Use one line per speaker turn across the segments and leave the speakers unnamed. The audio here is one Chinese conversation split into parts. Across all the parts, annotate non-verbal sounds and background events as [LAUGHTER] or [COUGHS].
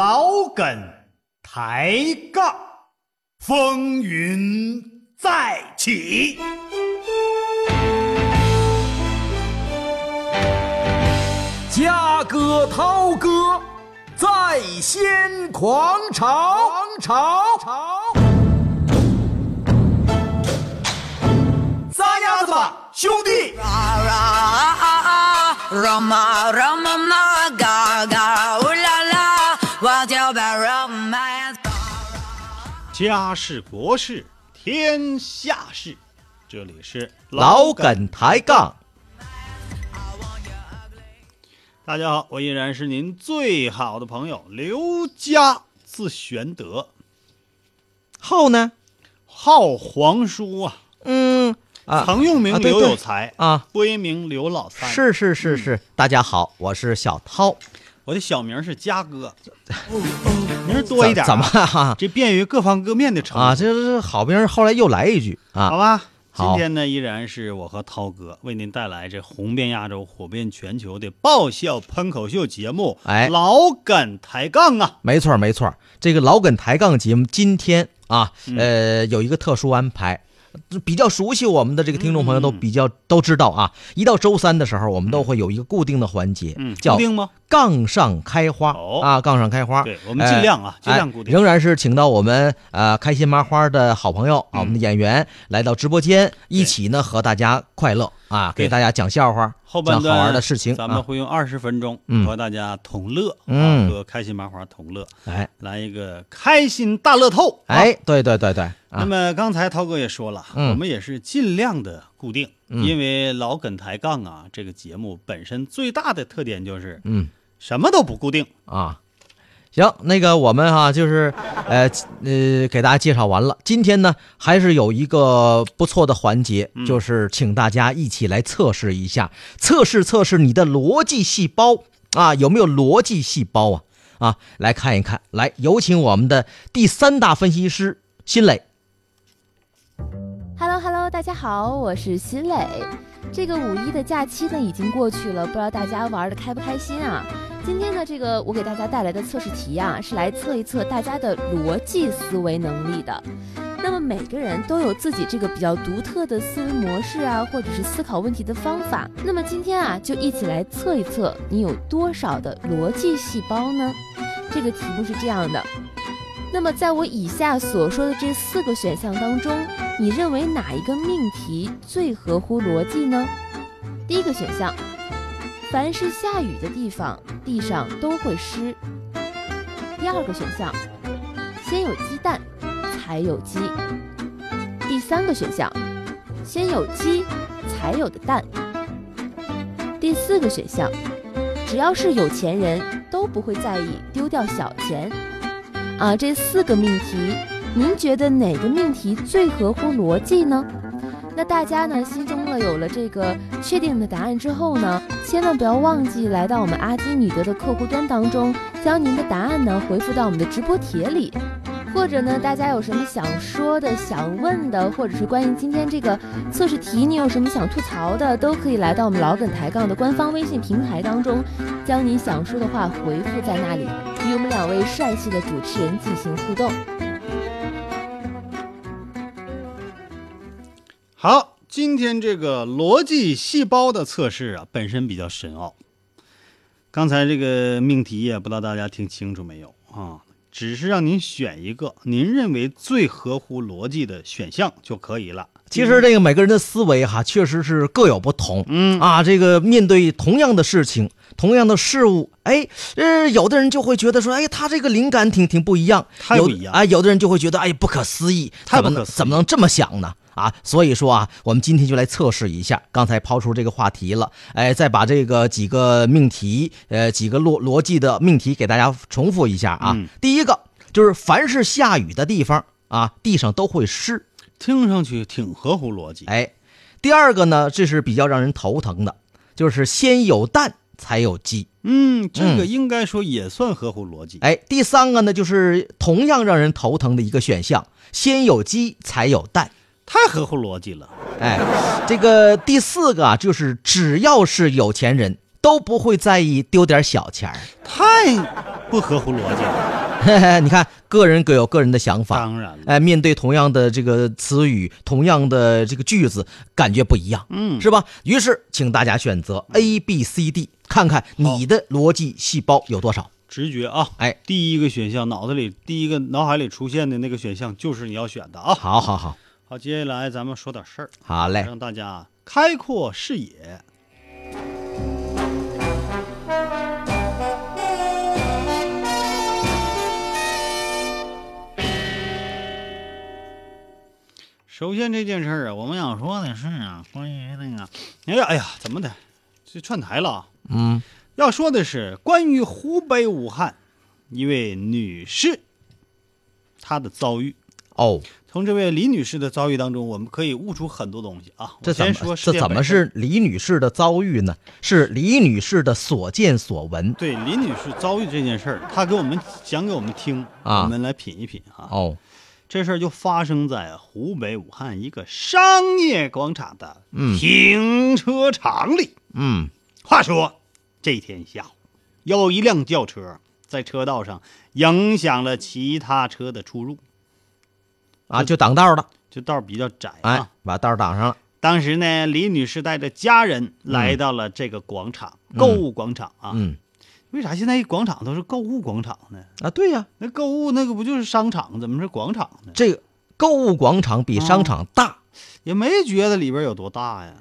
老梗抬杠，风云再起。
嘉哥、涛哥在先狂潮，潮潮。
撒丫子吧，兄弟！
Roma, Roma, ma, ga, ga, ooh la la, what's your bad romance?
家事国事天下事，这里是
[LAUGHS] 老梗抬杠，
大家好，我依然是您最好的朋友刘家，字玄德，
后呢？
号皇叔啊，
嗯啊，
常用名
啊对
刘
对
有才，嗯
啊，
播音名刘老三。
是是是是，大家好，我是小涛，
我的小名是嘉哥，名儿多一点啊，
怎怎么 [LAUGHS]
[LAUGHS]
哈
这便于各方各面的成
啊？这是好兵儿后来又来一句
好
啊，
吧？今
好
天呢，依然是我和涛哥为您带来这红遍亚洲、火遍全球的爆笑喷口秀节目，
哎
老梗抬杠啊！
没错儿没错儿，这个老梗抬杠节目今天啊，
嗯
呃，有一个特殊安排。比较熟悉我们的这个听众朋
嗯
友都比较都知道啊，一到周三的时候，我们都会有一个固定的环节
嗯，，
叫
固定吗？
杠上开花
哦
啊，杠上开花。
对我们尽量啊
哎
尽量固
哎
定
仍然是请到我们呃开心麻花的好朋友
嗯
啊，我们的演员来到直播间，一起呢和大家快乐啊，
对
给大家讲笑话，
后半
讲
段
好玩的事情
咱们
啊。
会用二十分钟
嗯
和大家同乐，
嗯
啊和开心麻花同乐，
哎
来一个开心大乐透。啊，
哎，对对对对
那
啊，
么刚才涛哥也说了，
嗯
我们也是尽量的固定，
嗯
因为老梗抬杠啊，这个节目本身最大的特点就是
嗯
什么都不固定。
啊。行，那个我们哈、就是，呃呃，给大家介绍完了。今天呢，还是有一个不错的环节，就是请大家一起来测试一下，测试测试你的逻辑细胞啊，有没有逻辑细胞啊？啊，来看一看，来有请我们的第三大分析师辛磊。
Hello Hello，大家好，我是新磊。这个五一的假期呢已经过去了，不知道大家玩的开不开心啊？今天呢，这个我给大家带来的测试题啊，是来测一测大家的逻辑思维能力的。那么每个人都有自己这个比较独特的思维模式啊，或者是思考问题的方法。那么今天啊，就一起来测一测你有多少的逻辑细胞呢？这个题目是这样的。那么在我以下所说的这四个选项当中，你认为哪一个命题最合乎逻辑呢？第一个选项，凡是下雨的地方，地上都会湿。第二个选项，先有鸡蛋，才有鸡。第三个选项，先有鸡，才有的蛋。第四个选项，只要是有钱人都不会在意丢掉小钱。啊，这四个命题您觉得哪个命题最合乎逻辑呢？那大家呢心中呢有了这个确定的答案之后呢，千万不要忘记来到我们阿基米德的客户端当中，将您的答案呢回复到我们的直播帖里。或者呢，大家有什么想说的、想问的，或者是关于今天这个测试题，你有什么想吐槽的，都可以来到我们老梗抬杠的官方微信平台当中，将你想说的话回复在那里。与我们两位帅气的主持人进行互动。
好，今天这个逻辑细胞的测试啊，本身比较深奥。刚才这个命题也不知道大家听清楚没有啊？只是让您选一个您认为最合乎逻辑的选项就可以了。
其实这个每个人的思维哈，确实是各有不同。
嗯
啊，这个面对同样的事情、同样的事物，哎，呃，有的人就会觉得说，哎，他这个灵感挺挺不一样，
太
有
不一样
啊、有的人就会觉得，哎，不可思议，
太
怎
不
么
可
能
思议
怎么能这么想呢？啊，所以说啊，我们今天就来测试一下，刚才抛出这个话题了，哎，再把这个几个命题，呃，几个逻逻辑的命题给大家重复一下啊。
嗯
第一个就是凡是下雨的地方啊，地上都会湿。
听上去挺合乎逻辑。
哎，第二个呢，这是比较让人头疼的，就是先有蛋才有鸡。
嗯，这个应该说也算合乎逻辑。
哎，第三个呢，就是同样让人头疼的一个选项，先有鸡才有蛋。
太
[LAUGHS]
合乎逻辑了。
哎，这个第四个啊，就是只要是有钱人都不会在意丢点小钱儿。 [LAUGHS]
太不合乎逻辑了。
你看，个人各有个人的想法。
当然了，
哎，面对同样的这个词语，同样的这个句子，感觉不一样，
嗯
是吧？于是，请大家选择 A、B、C、D，看看你的逻辑细胞有多少。
直觉啊，
哎，
第一个选项，脑子里第一个脑海里出现的那个选项就是你要选的啊。
好好好，
好，接下来咱们说点事儿，
好嘞，
让大家啊开阔视野。首先这件事儿啊，我们想说的是啊，关于那个，哎呀哎呀，怎么的，这串台了啊？
嗯，
要说的是关于湖北武汉一位女士她的遭遇。
哦，
从这位李女士的遭遇当中，我们可以悟出很多东西啊。
这怎
我先
么
说事
这
件
怎么
本身？
是李女士的遭遇呢？是李女士的所见所闻
对李女士遭遇这件事儿，她给我们讲给我们听
啊
我们来品一品啊。
哦，
这事儿就发生在湖北武汉一个商业广场的
嗯
停车场里。
嗯，
话说，这天下午，有一辆轿车在车道上影响了其他车的出入，
啊，就挡道了，
这道儿比较嗯窄啊。
哎，把道挡上了，
当时呢，李女士带着家人来到了这个广场、购物广场啊。
嗯，
为啥现在一广场都是购物广场呢？
啊，对呀，
那购物那个不就是商场，怎么是广场呢？
这个购物广场比商场大
也没觉得里边有多大呀。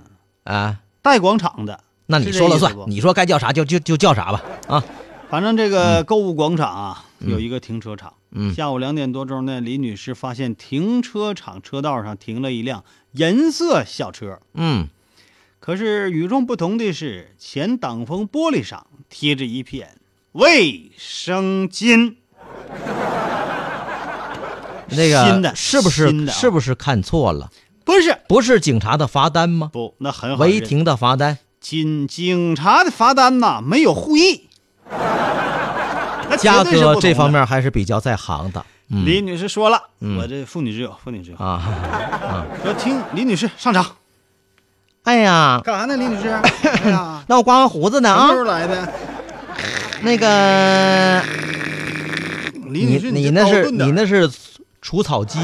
啊，
带广场的，
那你说了
嗯是这意思
算，
不
你说该叫啥就就就叫啥吧，啊，
反正这个购物广场啊，有一个停车场。
嗯
下午两点多钟呢，李女士发现停车场车道上停了一辆银色小车，
嗯。
可是与众不同的是，前挡风玻璃上贴着一片卫生巾。
[LAUGHS] 那个
新的
是不
新
是
的啊
是不是看错了？
不是，
不是警察的罚单吗？
不，那很好认。
违停的罚单
警警察的罚单呐，没有互议。那绝
嘉
对是不
哥
同
这
的
方，面还是比较在行的。嗯
李女士说了，
嗯
我这妇女之友，妇女之友，
啊，
说听李女士上场
哎呀，
干啥呢？李女
[LAUGHS]
士，哎呀，
那我刮完胡子呢
什
啊
么时，候来的？
那个
李
你
女士，
你
这
那
刀
是
钝点
你那是除草机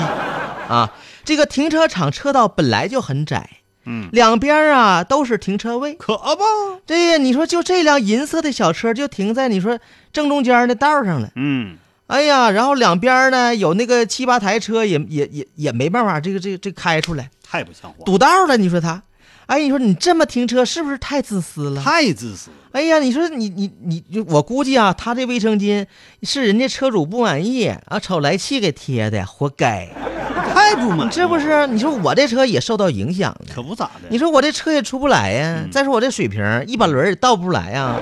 啊。这个停车场车道本来就很窄，
嗯，
两边儿啊都是停车位。
可不，
这呀，你说就这辆银色的小车就停在你说正中间的道上了。
嗯，
哎呀，然后两边呢有那个七八台车也，也也也没办法，这个这个这个开出来，
太不像话，
堵道了。你说他，哎，你说你这么停车是不是太自私了？
太自私了。
哎呀，你说你你你，我估计啊，他这卫生巾是人家车主不满意啊，瞅来气给贴的，活该。
太不满意了，
这不是？你说我这车也受到影响了。
可不咋的。
你说我这车也出不来呀、
嗯
再说我这水平，一把轮儿也倒不出来呀、啊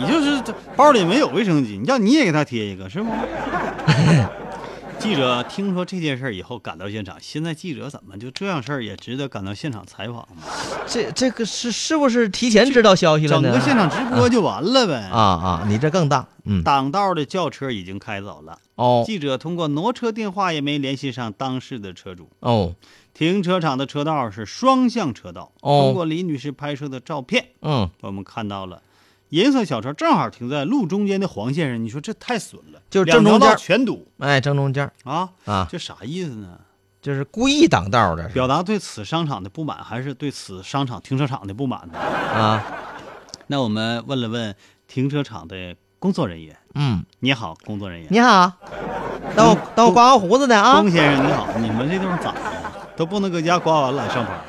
你就是这包里没有卫生巾，要你也给他贴一个，是不？ [LAUGHS] 记者听说这件事儿以后赶到现场，现在记者怎么就这样事儿也值得赶到现场采访吗？
这这个是是不是提前知道消息了
整
呢？
个现场直播就完了呗。
啊啊，你这更大，嗯，
挡道的轿车已经开走了，
哦
记者通过挪车电话也没联系上当事的车主。
哦，
停车场的车道是双向车道，
哦
通过李女士拍摄的照片，
嗯。
我们看到了。银色小车正好停在路中间的黄线上，你说这太损了，
就是
两
正中
条
间
道全堵
哎，正中间儿
啊！
啊，
这啥意思呢？
就是故意挡道的
表达对此商场的不满，还是对此商场停车场的不满呢？
啊，
那我们问了问停车场的工作人员。
嗯，
你好，工作人员。
你好，等
嗯
我等我刮完胡子呢啊
龚，先生你好，你们这地方咋了？都不能搁家刮完来上班啊？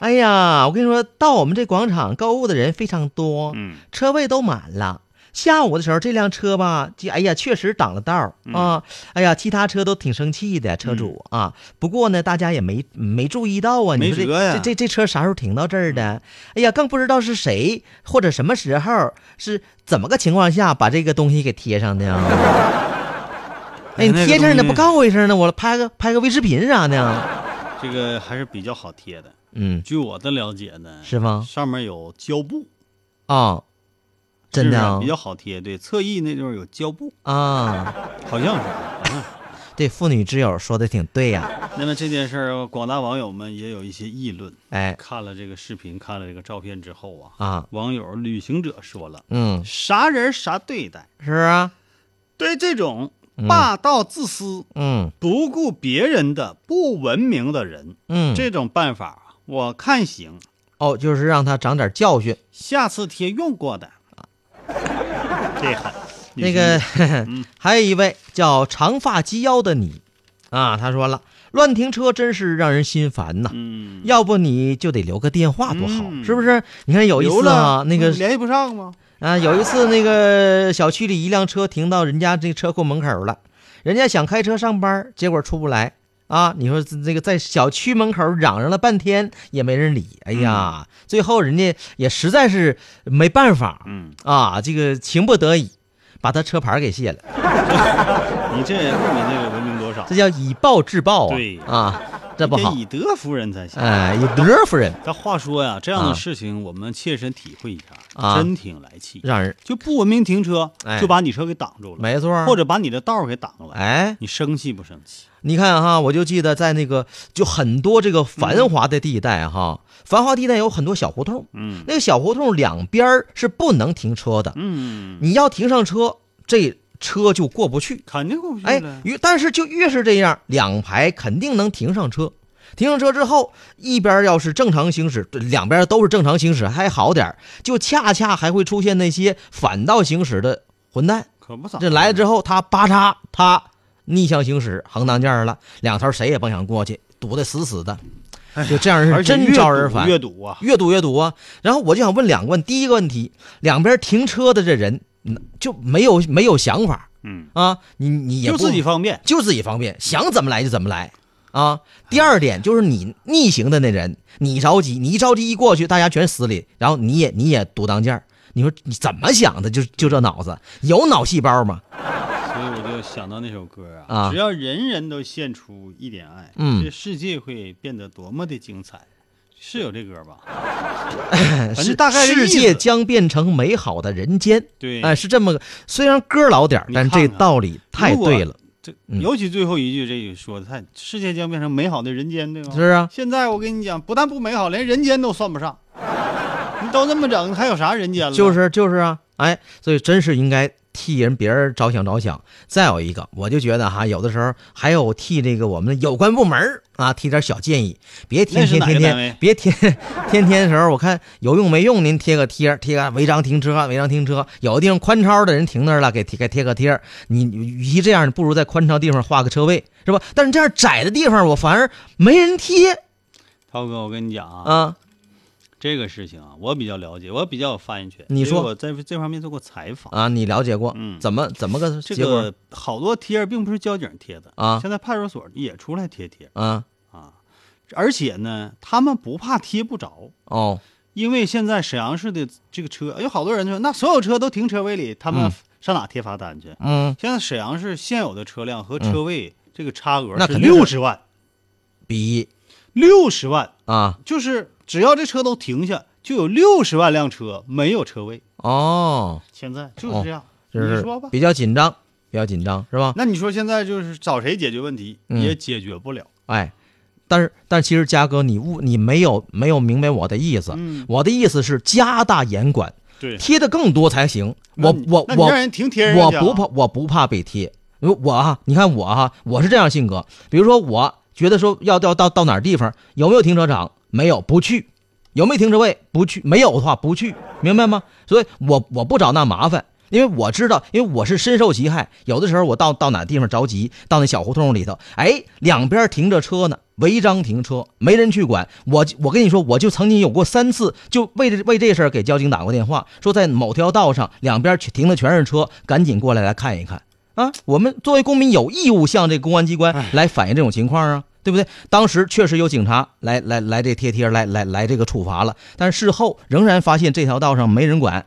哎呀，我跟你说，到我们这广场购物的人非常多，
嗯，
车位都满了。下午的时候，这辆车吧，就哎呀，确实挡了道儿
嗯
啊！哎呀，其他车都挺生气的，车主啊。不过呢，大家也没没注意到啊，你
没
说这
辙呀嗯
这这这车啥时候停到这儿的？哎呀，更不知道是谁或者什么时候是怎么个情况下把这个东西给贴上的呀？啊 [LAUGHS] 哎，你
嗯那个
贴上
东
呢
西
不告我一声呢？我拍个拍个微视频啥的？
这个还是比较好贴的。
嗯，
据我的了解呢，
是吗？
上面有胶布，
啊、真的啊
是不是比较好贴。对，侧翼那地方有胶布，
啊！
好像是。好像是
对，妇女之友说的挺对呀、
那么这件事儿，广大网友们也有一些议论。
哎
看了这个视频，看了这个照片之后啊，
啊，
网友旅行者说了：“
嗯，
啥人啥对待，
是啊，
对这种
嗯
霸道自私、
嗯
不顾别人的不文明的人，
嗯，
这种办法啊我看行，
哦，就是让他长点教训。
下次贴用过的。”厉害，
那个
旅行者
[LAUGHS] 还有一位叫长发及腰的你，啊，他说了，乱停车真是让人心烦呐。
嗯，
要不你就得留个电话多好，
嗯
是不是？你看有一
留
次啊，
嗯了
那个
联系不上吗？
啊，有一次那个小区里一辆车停到人家这车库门口了，人家想开车上班，结果出不来啊！你说这这个在小区门口嚷嚷了半天也没人理，哎呀，最后人家也实在是没办法
嗯，
啊，这个情不得已，把他车牌给卸了，
你这也不比那个文明多少
嗯这，叫以暴制暴啊！
对
啊，这不
你
好
得，以德服人才行。
哎，以德服人，
但话说呀，这样
啊
的事情我们切身体会一下，
啊
真挺来气。
让人
就不文明停车，
哎
就把你车给挡住了，
没错儿，
或者把你的道儿给挡了。
哎。
你生气不生气？
你看哈，我就记得在那个就很多这个繁华的地带哈，繁华地带有很多小胡同，
嗯
那个小胡同两边儿是不能停车的，
嗯，
你要停上车，这车就过不去。
肯定过不去
哎
了，。
越但是就越是这样，两排肯定能停上车。停上车之后，一边要是正常行驶，两边都是正常行驶还好点儿，就恰恰还会出现那些反道行驶的混蛋。
可不咋。
这来了之后，他叭嚓，他逆向行驶，横当间儿了，两头谁也甭想过去，堵得死死的。就这样
哎而
是
且
真
越
招人
堵
烦，
越堵啊！
越堵越堵啊。然后我就想问两个问，第一个问题，两边停车的这人嗯就没有没有想法
嗯，
啊，你你也
就
不
自己方便。
就自己方便，想怎么来就怎么来啊。第二点就是你逆行的那人，你着急，你一着急一过去，大家全死里，然后你也你也堵当间儿你说你怎么想的？就就这脑子，有脑细胞吗？
所以我就想到那首歌啊，
啊
只要人人都献出一点爱，
嗯
这世界会变得多么的精彩。是有这歌吧？反
世
正大概这
世
意思
界将变成美好的人间，
对，
哎，是这么个。虽然歌老点儿，
你
但
看
这
看啊
道理太对了，
这
嗯
尤其最后一句，这句说的太，世界将变成美好的人间，对吗？
是不是啊？
现在我跟你讲，不但不美好，连人间都算不
[LAUGHS]
上。你都这么整，还有啥人间了？
就是就是啊，哎，所以真是应该替人别人着想着想。再有一个，我就觉得哈，有的时候还有替这个我们的有关部门儿啊提点小建议，别天
那是
天
哪个
天
单
天
位？
别天天天的时候，我看有用没用，您贴个贴儿，贴个违章停车，违章停车。有的地方宽超的人停那儿了，给贴给贴个贴儿。你与其这样，你不如在宽超地方画个车位，是吧？但是这样窄的地方，我反而没人贴
涛哥，我跟你讲啊，
啊。
这个事情啊，我比较了解，我比较有发言权。
你
因为
说
我在这方面做过采访，
啊，你了解过？
嗯
怎么怎么个
这
结果、
个好多贴儿并不是交警贴的
啊
现在派出所也出来贴贴
啊？
啊，而且呢，他们不怕贴不着。
哦，
因为现在沈阳市的这个车，哎有好多人说，那所有车都停车位里，他们
嗯
上哪贴罚单去？
嗯，
现在沈阳市现有的车辆和车位这个差额
那
是
肯定是
六十万，
比一
六十万，
啊，
就是只要这车都停下，就有六十万辆车没有车位。
哦，
现在就是这样，
就
你
是
说吧。
比较紧张，比较紧张是吧？
那你说现在就是找谁解决问题、
嗯
也解决不了，
哎，但是但其实嘉哥，你误你没有没有明白我的意思，
嗯
我的意思是加大严管，
对。
贴的更多才行。
那
我
你
我
那你
我
让人停贴人
我
家啊
不怕，我不怕被贴。我我啊，你看我啊，我是这样性格。比如说，我觉得说要要到到哪儿地方有没有停车场，没有不去；有没有停车位，不去；没有的话不去，明白吗？所以我我不找那麻烦，因为我知道，因为我是深受其害。有的时候我到到哪地方着急，到那小胡同里头，哎，两边停着车呢，违章停车，没人去管。我我跟你说，我就曾经有过三次，就为这为这事儿给交警打过电话，说在某条道上两边全停的全是车，赶紧过来来看一看。啊，我们作为公民有义务向这公安机关来反映这种情况啊，对不对？当时确实有警察来来来这贴贴来来来这个处罚了，但是事后仍然发现这条道上没人管，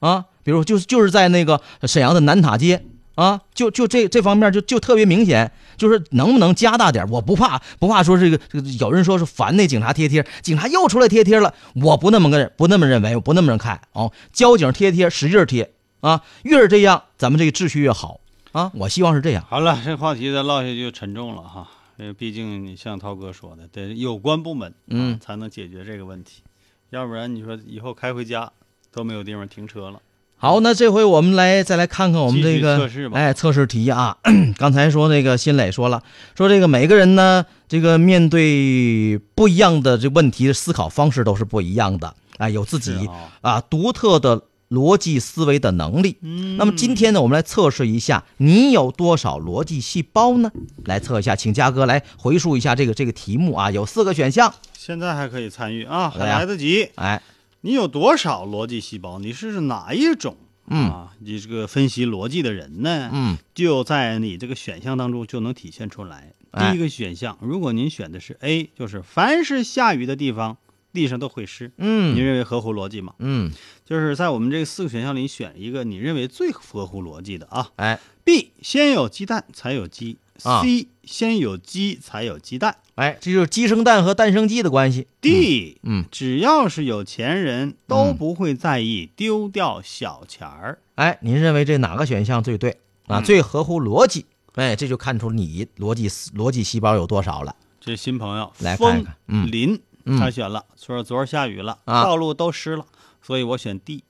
啊，比如就是就是在那个沈阳的南塔街啊，就就这这方面就就特别明显，就是能不能加大点儿？我不怕不怕说这个这个有人说是烦那警察贴贴，警察又出来贴贴了，我不那么个不那么认为，我不那么看哦，交警贴贴使劲儿贴啊，越是这样咱们这个秩序越好。啊，我希望是这样。
好了，这话题再唠下去就沉重了哈。呃，毕竟你像涛哥说的，得有关部门、啊、
嗯
才能解决这个问题，要不然你说以后开回家都没有地方停车了。
好，那这回我们来再来看看我们这个
继续测试吧
哎测试题啊。 [CLEARS THROAT] 刚才说那个新磊说了，说这个每个人呢，这个面对不一样的这问题的思考方式都是不一样的，哎，有自己
是啊
啊独特的逻辑思维的能力。
嗯
那么今天呢，我们来测试一下你有多少逻辑细胞呢？来测一下，请嘉哥来回述一下这个这个题目啊，有四个选项，
现在还可以参与啊，还
来呀
来得及。
哎，
你有多少逻辑细胞？你是哪一种？
嗯
啊，你这个分析逻辑的人呢？
嗯，
就在你这个选项当中就能体现出来。
哎
第一个选项，如果您选的是 A，就是凡是下雨的地方，地上都会湿。您
嗯
认为合乎逻辑吗？
嗯，
就是在我们这四个选项里选一个你认为最合乎逻辑的啊。
哎
B 先有鸡蛋才有鸡、
啊
c 先有鸡才有鸡蛋。
哎，这就是鸡生蛋和蛋生鸡的关系。
D，
嗯嗯
只要是有钱人都
嗯
不会在意丢掉小钱儿。
哎，您认为这哪个选项最对啊？
嗯
最合乎逻辑？哎，这就看出你逻辑思逻辑细胞有多少了。
这新朋友，
来看
风
看嗯
林，
嗯
他选了，说昨儿下雨了，
啊
道路都湿了，所以我选 D，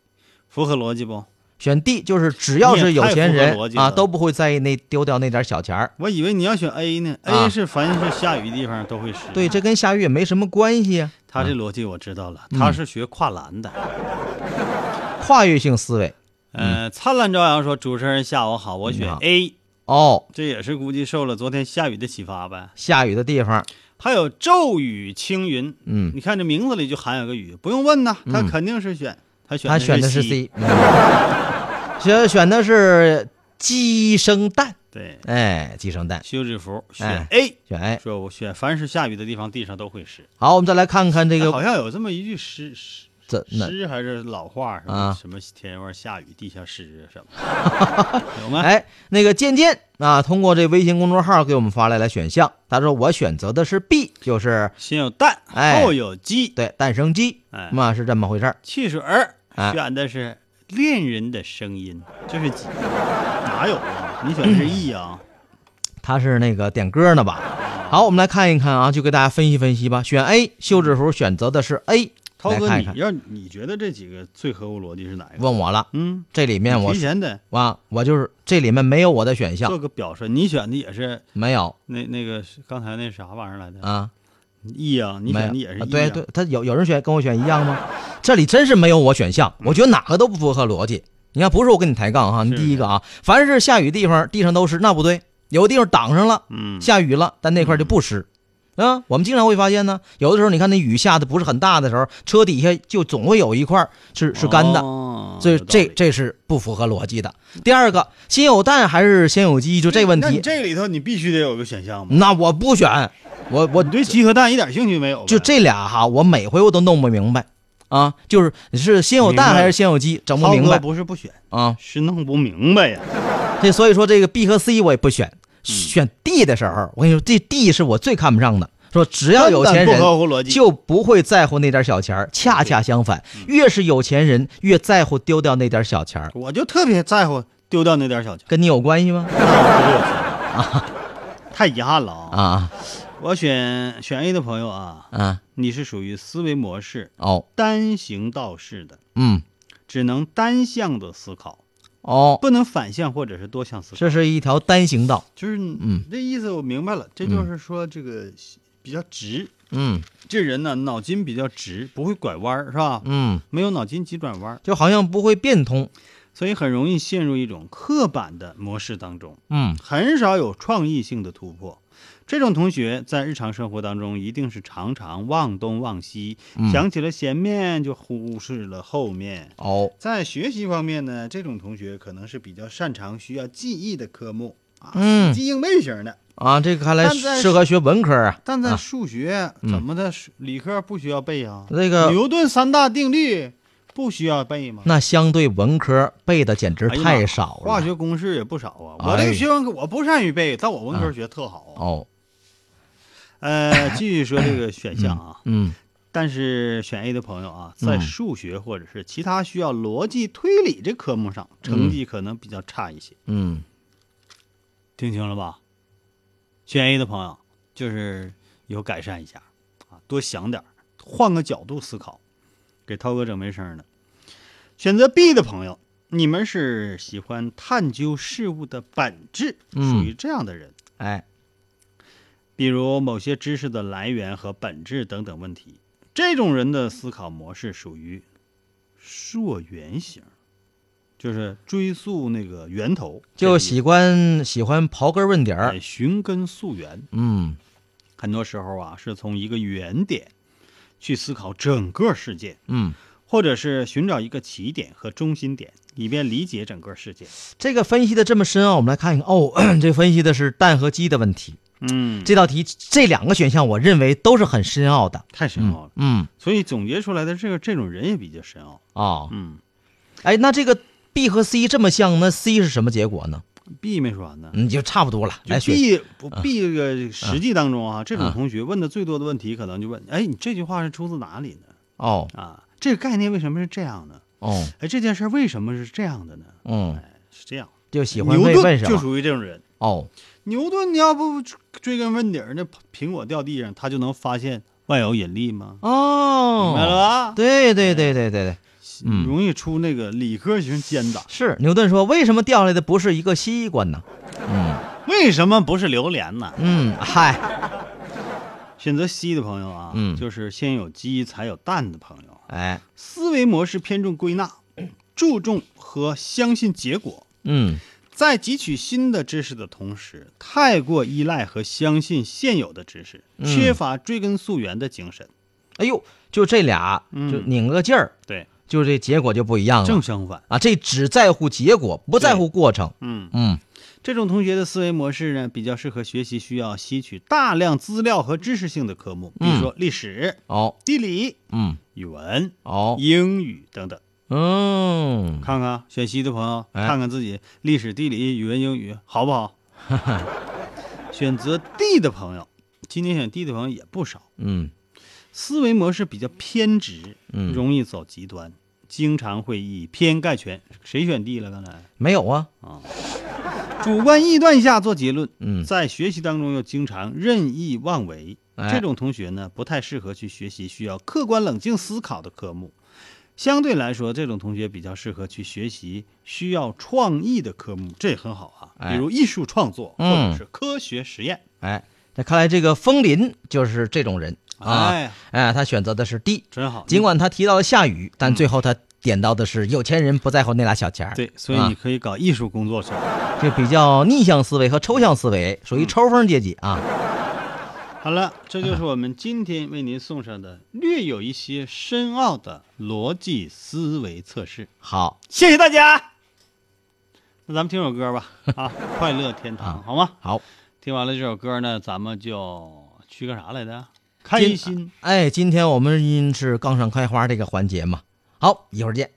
符合逻辑不？
选 D 就是只要是有钱
你也太符合逻
人
辑了
啊，都不会在意那丢掉那点小钱儿。
我以为你要选 A 呢
啊
，A 是凡是下雨的地方都会湿。
对，这跟嗯下雨也没什么关系啊。
他这逻辑我知道了，他是学跨栏的。
跨越性思维
呃，灿烂朝阳说：“主持人下午好，我选
嗯你好
A，
哦，
这也是估计受了昨天下雨的启发呗。
下雨的地方，
还有骤雨轻云，
嗯，
你看这名字里就含有个雨，不用问呐，他
嗯
肯定是选他选
他选的是
C，
C，嗯选选的是鸡生蛋，
对，
哎，鸡生蛋，
休止符选
哎
A，
选 A。
说我选凡是下雨的地方地上都会湿。
好，我们再来看看这
哎
个
好像有这么一句诗诗
怎那
诗还是老话什么
啊
什么天外下雨地下湿什么，
[LAUGHS]
有吗？
哎，那个渐渐啊，通过这微信公众号给我们发来了选项，他说我选择的是 B，就是
先有蛋，
哎
后有鸡，
对蛋生鸡，
哎
嘛是这么回事儿。
汽水儿
啊
选的是恋人的声音，这是几？哪有啊？你选的
[CLEARS THROAT]
是 E 啊？
他是那个点歌呢吧？好，我们来看一看啊，就给大家分析分析吧。选 A，休止符选择的是 A，
嗯涛
来
哥，
看一
你
看
要你觉得这几个最合乎逻辑是哪一个？
问我了，
嗯，
这里面我
提前得
啊，我就是这里面没有我的选项
做，个表示，你选的也是
没有
那那个是刚才那啥玩意儿来的
啊，
E 啊？你
没有
选的也是
啊
E？
对
啊
对，，他有有人选跟我选一样吗？这里真是没有我选项，我觉得哪个都不符合逻辑。你看，不是我跟你抬杠哈，你
是
第一个啊，凡是下雨地方地上都湿，那不对，有的地方挡上了，
嗯，
下雨了，但那块就不湿。啊，我们经常会发现呢，有的时候你看那雨下的不是很大的时候，车底下就总会有一块儿是是干的，
哦
所以
有道
这
理
这是不符合逻辑的。第二个，先有蛋还是先有鸡，就这问
那你
题，嗯
这里头你必须得有个选项吧？
那我不选，我我
你对鸡和蛋一点兴趣没有呗？
就这俩哈，我每回我都弄不明白啊，就是你是先有蛋还是先有鸡，整不
涛
明
哥
白
不是不选，
啊。
是弄不明白呀。
这所以说这个 B 和 C 我也不选，
嗯
选 D 的时候，我跟你说，这 D 是我最看不上的。说只要有钱
根本
人
不合乎逻辑，嗯
就不会在乎那点小钱儿，恰恰相反，越是有钱人越在乎丢掉那点小钱儿，
我就特别在乎丢掉那点小钱。
跟你有关系吗？
太遗憾了啊！
啊
我选选 A 的朋友啊，
啊
你是属于思维模式
哦
单行道式的，
嗯
只能单向的思考，
哦，
不能反向或者是多向思考。
这是一条单行道，
就是
嗯，
这意思我明白了，这就是说这个比较直，
嗯
这人呢脑筋比较直，不会拐弯儿是吧？
嗯，
没有脑筋急转弯儿，
就好像不会变通，
所以很容易陷入一种刻板的模式当中。
嗯
很少有创意性的突破。这种同学在日常生活当中一定是常常忘东忘西，
嗯
想起了前面就忽视了后面。
哦
在学习方面呢，这种同学可能是比较擅长需要记忆的科目啊，
嗯
记应背型的。
啊，这个看来
但在
适合学文科啊，
但在
啊
数学怎么的，理科不需要背啊？
那个
牛顿三大定律不需要背吗？
那相对文科背的简直
哎呀
太少
化
了
学公式也不少啊。我这
哎嗯
个学文科我不善于背，但我文科学特好啊。
哦，
呃，继续说这个选项啊，
嗯
[LAUGHS] 但是选 A 的朋友啊，在
嗯
数学或者是其他需要逻辑推理这科目上，成绩可能比较差一些。
嗯
听清了吧？选 A 的朋友，就是有改善一下啊，多想点儿，换个角度思考，给涛哥整没声儿了。选择 B 的朋友，你们是喜欢探究事物的本质，
嗯
属于这样的人。
哎，
比如某些知识的来源和本质等等问题。这种人的思考模式属于溯源型，就是追溯那个源头，
就
这
喜欢喜欢刨根问底
个
儿
哎，寻根溯源。
嗯，
很多时候啊，是从一个原点去思考整个世界，
嗯，
或者是寻找一个起点和中心点，以便理解整个世界。
这个分析的这么深奥，我们来看一看哦， [CLEARS THROAT] 这分析的是蛋和鸡的问题。
嗯，
这道题这两个选项，我认为都是很深奥的。
太深奥了。
嗯，
所以总结出来的这个这种人也比较深奥。
哦，
嗯
哎，那这个 B 和 C 这么像，那 C 是什么结果呢？
，B 没说完呢。
嗯，就差不多了。
就
来选
B 不 B 这个实际当中啊，这种
啊
同学问的最多的问题，可能就问：哎，你这句话是出自哪里呢？
哦
啊，这个概念为什么是这样呢？
哦
哎，这件事为什么是这样的呢？
嗯，
哎，是这样。
就喜欢
牛
问问
顿
什
就
么？
属于这种人。
哦，
牛顿，你要不追根问底儿，那苹果掉地上，他就能发现万有引力吗？明白了
哦，
吧？
对对对对对对，嗯
容易出那个理科型奸党。
是牛顿说，为什么掉下来的不是一个西瓜呢？
为什么不是榴莲呢？
嗯，嗨，
选择 C 的朋友啊，
嗯
就是先有鸡才有蛋的朋友，啊
哎，
思维模式偏重归纳，注重和相信结果。
嗯
在汲取新的知识的同时，太过依赖和相信现有的知识，
嗯
缺乏追根溯源的精神。
哎呦，就这俩
嗯
就拧个劲儿，
对，
就这结果就不一样
正
了
相反，
啊！这只在乎结果，不在乎过程。
嗯，
嗯，
这种同学的思维模式呢，比较适合学习需要吸取大量资料和知识性的科目，比
嗯
如说历史、
哦，
地理、
嗯，
语文、
哦，
英语等等。
嗯，
看看选 C 的朋友，
哎
看看自己历史、地理、语文、英语好
[LAUGHS]
不好？选择 D 的朋友，今天选 D 的朋友也不少，
嗯
思维模式比较偏执，
嗯
容易走极端，经常会以偏概全。谁选 D 了？刚才
没有啊，
主观臆断下做结论，
嗯
在学习当中又经常任意妄为，
哎
这种同学呢不太适合去学习需要客观冷静思考的科目。相对来说，这种同学比较适合去学习需要创意的科目，这也很好啊，
哎
比如艺术创作、
嗯
或者是科学实验。
哎，那看来这个风林就是这种人啊，
哎，
哎，他选择的是 D，
真好！
尽管他提到了下雨，但最后他点到的是有钱人不在乎那俩小钱儿，
对，所以你可以搞艺术工作者。
就比较逆向思维和抽象思维，属于
嗯
抽风阶级啊。
好了，这就是我们今天为您送上的略有一些深奥的逻辑思维测试。
好，
谢谢大家。那咱们听首歌
[LAUGHS]
吧，啊，《快乐天
啊
堂》好吗？
好，
听完了这首歌呢，咱们就去个啥来着？开心。
哎，今天我们因是杠上开花这个环节嘛，好，一会儿见。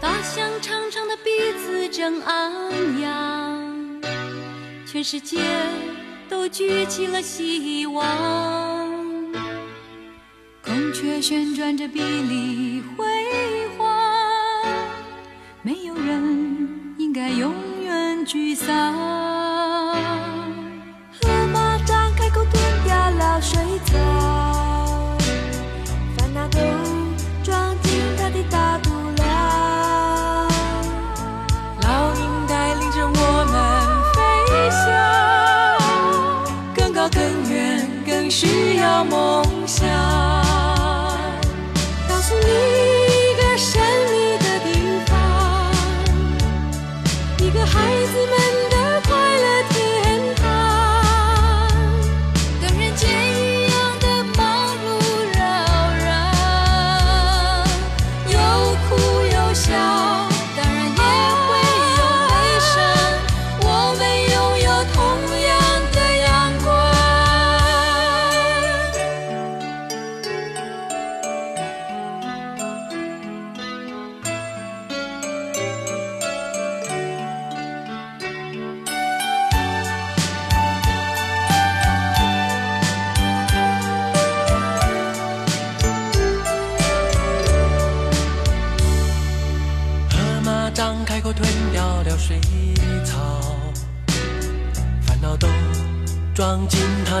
大象长长的鼻子正昂扬，全世界都举起了希望。孔雀旋转着碧丽辉煌，没有人应该永远沮丧。河马张开口吞掉了水草。烦恼都装进他的大肚量。老鹰带领着我们飞翔，更高更远，更需要梦想。告诉你一个神秘的地方，一个孩子们的快乐天堂。跟人间一样的忙碌扰攘，有哭有笑，当然也会有悲伤。我们拥有同样的阳光。
掉了水草，烦恼都装进他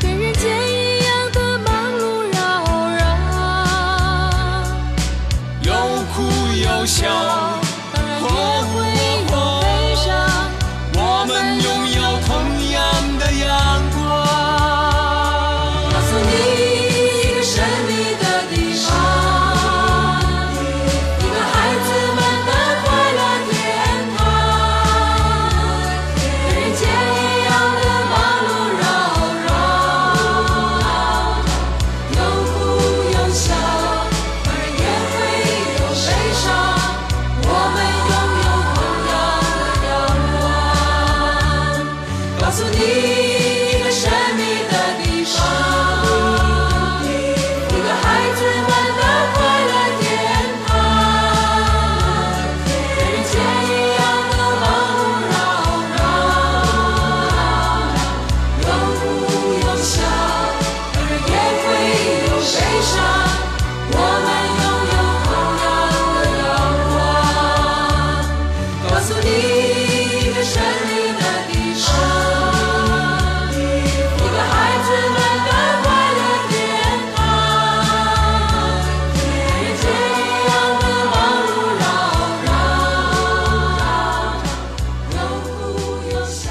跟人间一样的忙碌扰攘，
有哭有笑，
也会有悲伤。
我们拥有同样的阳光。
告诉你一个神秘的地方，一个孩子们的快乐天堂，跟人间一样的忙碌扰攘，有哭有笑，当然也会有悲伤。我们拥有同样的阳光，告诉你一个神秘的地方，一个孩子们的快乐天堂，跟人间一样的忙碌扰攘，有哭有笑，当然也会有悲伤。我们拥有同样的阳光，告诉你一个神秘的地方，一个孩子们的快乐天堂，跟人间一样的忙碌扰攘。有哭有笑，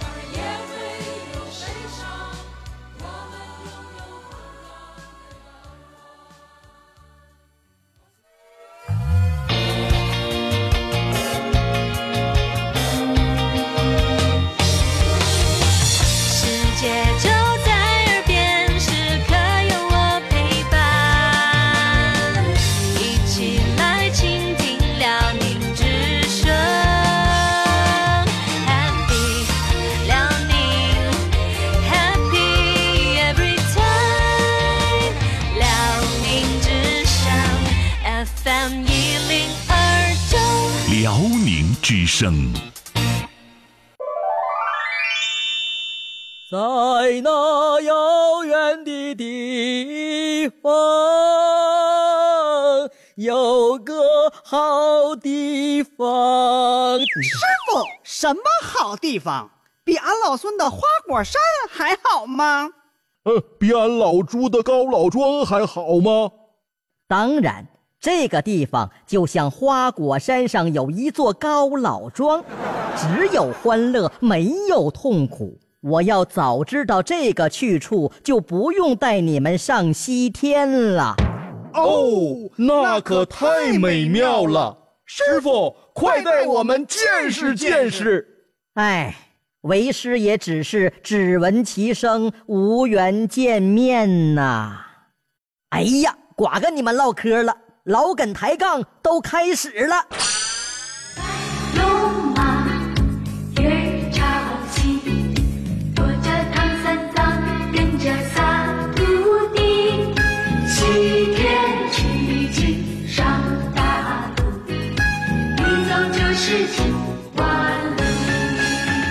当然也会有悲伤。我们拥有同样的阳光。世界就在耳边，时刻有我陪伴。一起来倾听辽宁之声，Happy 辽宁，Happy every time。辽宁之声 FM 一零二九。
辽宁之声。
在那遥远的地方，有个好地方。
师傅，什么好地方？比俺老孙的花果山还好吗？
呃，比俺老朱的高老庄还好吗？
当然，这个地方就像花果山上有一座高老庄，只有欢乐，没有痛苦。我要早知道这个去处，就不用带你们上西天了。
哦，那可太美妙了！师傅，快带我们见识见识。
哎，为师也只是只闻其声，无缘见面呐、哎呀，寡跟你们唠嗑了，老梗抬杠都开始了。
戎马日朝夕，驮着唐三藏，跟着仨徒弟，西天取经上大路，一走就是几万里。什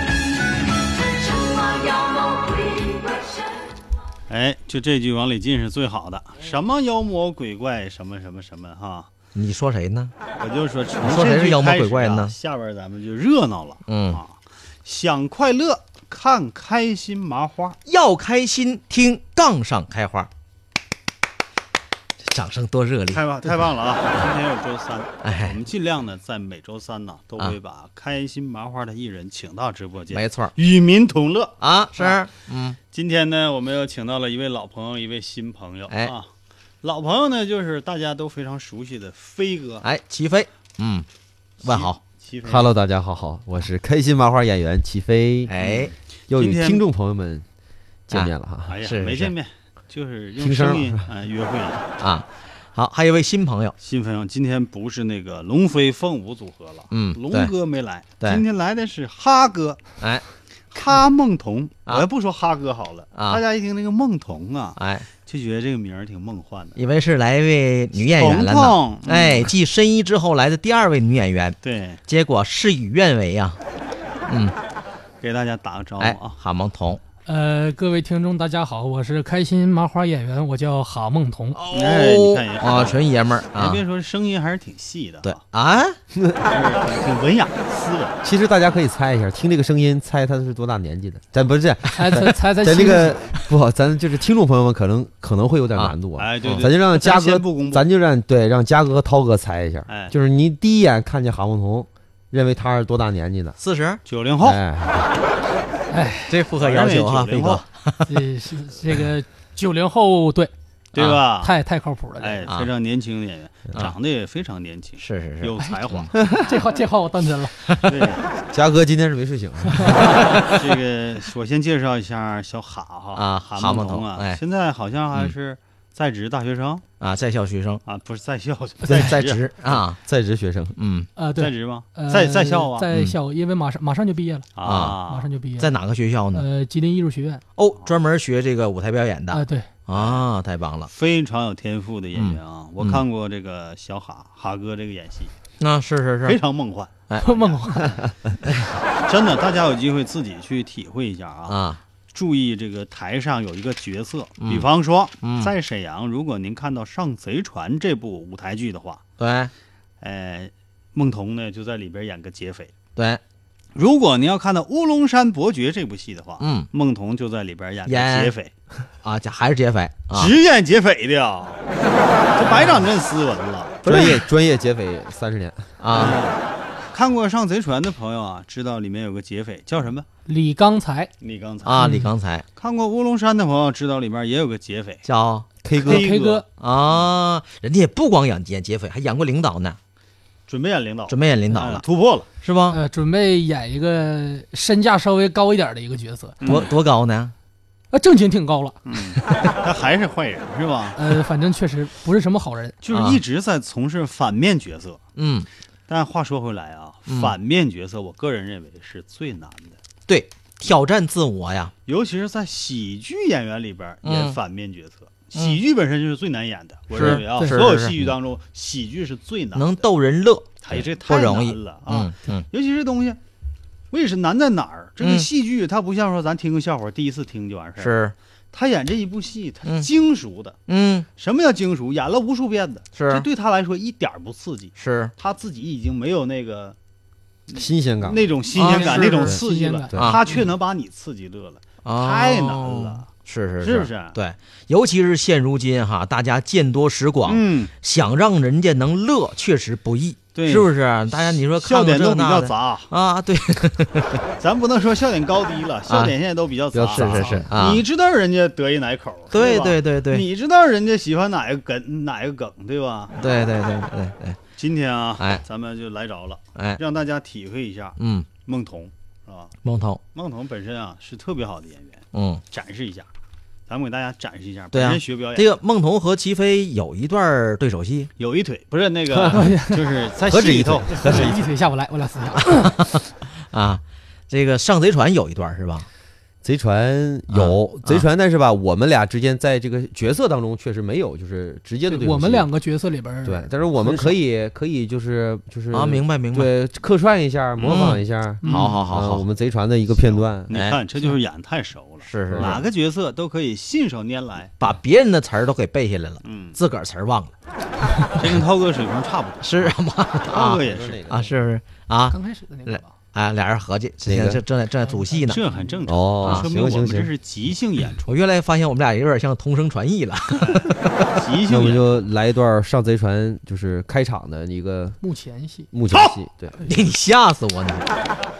么妖魔鬼怪神？
哎，就这句往里进是最好的。什么妖魔鬼怪，什么什么什么哈，
你说谁呢？
我就说从
说谁
这
是
句
妖魔
开
鬼
始
怪
啊
呢
下边咱们就热闹了。
嗯
啊，想快乐，看开心麻花。
要开心，听杠上开花。掌声多热烈！[LAUGHS]
太棒太棒了啊！今天是周三，
哎啊
我们尽量呢，在每周三呢，都会把开心麻花的艺人请到直播间，
没错儿
与民同乐。
啊，是
啊
嗯，
今天呢，我们又请到了一位老朋友，一位新朋友、
哎
啊。老朋友呢，就是大家都非常熟悉的飞哥。
哎，齐飞，嗯，问好，
齐飞
Hello，大家好，好，我是开心麻花演员齐飞，
哎，
又与
今天
听众朋友们见面了哈。
哎呀，
是是
没见面，就是用
听声
声音啊、哎约会一下。
啊，好，还有一位新朋友，
新朋友，今天不是那个龙飞凤舞组合了，
嗯
龙
对
哥没来，
对
今天来的是哈哥。
哎，
哈梦童，
[LAUGHS]
我也不说哈哥好了，
啊
大家一听这个梦童啊，
哎，
就觉得这个名儿挺梦幻的。
以为是来一位女演员了呢。
彤彤嗯
哎，继申一之后来的第二位女演员，
对，
结果事与愿违呀、嗯，
给大家打个招呼
哎
啊，，
哈蒙童，
呃，各位听众，大家好，我是开心麻花演员，我叫哈梦彤。
哎，你看也是
啊，纯爷们儿
哎
啊
别，说声音还是挺细的，
对啊，
挺文雅斯文。
其实大家可以猜一下，听这个声音猜他是多大年纪的？咱不是
猜猜猜猜
咱这
七
个
十
不好，咱就是听众朋友们可能可能会有点难度啊。
哎对对
哦
咱就让
咱
嘉
先
哥
不公，布
咱就让对让嘉哥和涛哥猜一下。
哎
就是你第一眼看见韩梦彤，认为他是多大年纪的？
四十
九零后
哎，
这符合要求啊哈，飞哥，
这呃是这个九零后，对
对吧
啊太太靠谱了，
哎
这个，
非常年轻的演员，
嗯
啊
长得也非常年轻，
是是是嗯
有
[LAUGHS]
才华。
[LAUGHS] 这话这话我当真了。
对，
嘉哥今天是没睡醒。
啊
[LAUGHS] 这个我先介绍一下小哈哈
啊
哈
哈
木
木
童
童
啊
哎，
现在好像
嗯
还是在职大学生
啊，在校学生，
啊，不是在
[LAUGHS]
校，
在在
在 [LAUGHS]
职啊，
在职学生，
嗯
啊，对，
在职吗
呃
在在校啊
在
嗯
校，因为马上马上就毕业了
啊
马上就毕业了。
在哪个学校呢？
呃，吉林艺术学院。
哦，专门学这个舞台表演的
啊，对，
啊，太棒了，
非常有天赋的演员啊。我
嗯
看过这个小哈哈哥这个演戏，
那啊是是是，
非常梦幻，
哎
[LAUGHS] 梦幻
[LAUGHS] 真的，大家有机会自己去体会一下啊。
啊，
注意这个台上有一个角色，
嗯
比方说
嗯
在沈阳，如果您看到《上贼船》这部舞台剧的话，
对
呃，孟童呢就在里边演个劫匪。
对，
如果您要看到《乌龙山伯爵》这部戏的话，
嗯
孟童就在里边演个
演
劫匪，
啊，这还是劫匪啊，
只演劫匪的
[LAUGHS]
呀，这白长这斯文了。
专业专业劫匪三十年。
啊，
看过《上贼船》的朋友啊，知道里面有个劫匪叫什么？
李刚才
李刚才
啊，李刚才
看过《乌龙山》的朋友知道里面也有个劫匪
叫
K 哥
K
K 哥，
啊，人家也不光演演劫匪，还演过领导呢，
准备演领导，
准备演领导
哎
了，
突破了，
是吧？
呃，准备演一个身价稍微高一点的一个角色，
嗯
多多高呢？
啊，正经挺高了，
他还是坏人是吧？
嗯
呃，反正确实不是什么好人。
就是一直在从事反面角色。
嗯，
但话说回来啊，
嗯
反面角色我个人认为是最难的，
对，挑战自我呀，
尤其是在喜剧演员里边
嗯
演反面角色。喜剧本身就是最难演的，我
是
认为啊，
对
所
是
有
是
戏剧当中，喜剧是最难的。
能逗人乐，
嗯哎，这
不
太
容易
难了啊
嗯！嗯，
尤其是东西，为什么难在哪儿？这个
嗯
戏剧它不像说咱听个笑话，第一次听就完事儿。，
是，
他演这一部戏，他
嗯
是精熟的。
嗯
什么叫精熟？演了无数遍的，
是
这对他来说一点儿不刺激，
是
他自己已经没有那个
新鲜感。
那种新鲜
啊
感、
是
那种
是
刺激
新鲜
了，
感
他却能把你刺激乐了，太难
啊哦
了。
是是
是不是
对，尤其是现如今哈，大家见多识广，
嗯，
想让人家能乐，确实不易，
对
是不是？大家你说
笑
看
点
看
都
这啊
比
那
较
的
杂，
啊，对，
咱不能说笑点高低了，笑点现在都比较杂。
比较是是是
啊
你知道人家得意哪口，
对
吧
对对对
你知道人家喜欢哪个梗哪个梗，对吧？
对对对对对，
今天啊，
哎
咱们就来着了，
哎，
让大家体会一下
嗯，
孟童，是吧？
梦头，
孟童本身啊是特别好的演员，
嗯。
展示一下，咱们给大家展示一下，
对
本
啊
身学表演
这个梦彤和齐飞有一段对手戏，
有一腿，不是那个，就是在
何
戏
止一
里
腿
头，
一腿下不来，我俩死下。
啊，这个上贼船有一段是吧？
贼船有
啊
贼船，但是吧，我们俩之间在这个角色当中确实没有，就是直接的对手戏。
我们两个角色里边，
对，，但是我们可以可以就是就是
啊，明白明白，
对客串一下，模仿一下。
嗯
好好好
啊，
好，
我们贼船的一个片段，
你
哎
看这就是演得太熟了，
是是是
哪个角色都可以信手拈来，
把别人的词儿都给背下来了，
嗯，
自个儿词儿忘了，
这跟涛哥水平差不多，
是啊
[LAUGHS]
妈
涛
啊
哥也
就是那
是，
个
啊，是不是啊
刚开始的那个吧。
啊？俩人合计，之
哪
前
个
正正在
嗯
正在组戏呢。
这很正常，
哦
说明
行
我
行
们这
行，
是即兴演
[LAUGHS]
出，
我越来越发现我们俩有点像同声传
[LAUGHS]
译了。
即
那
兴
我们
演出。
就来一段上贼船，就是开场的一个
目前戏，
幕前戏，对，
你吓死
[LAUGHS]
我你！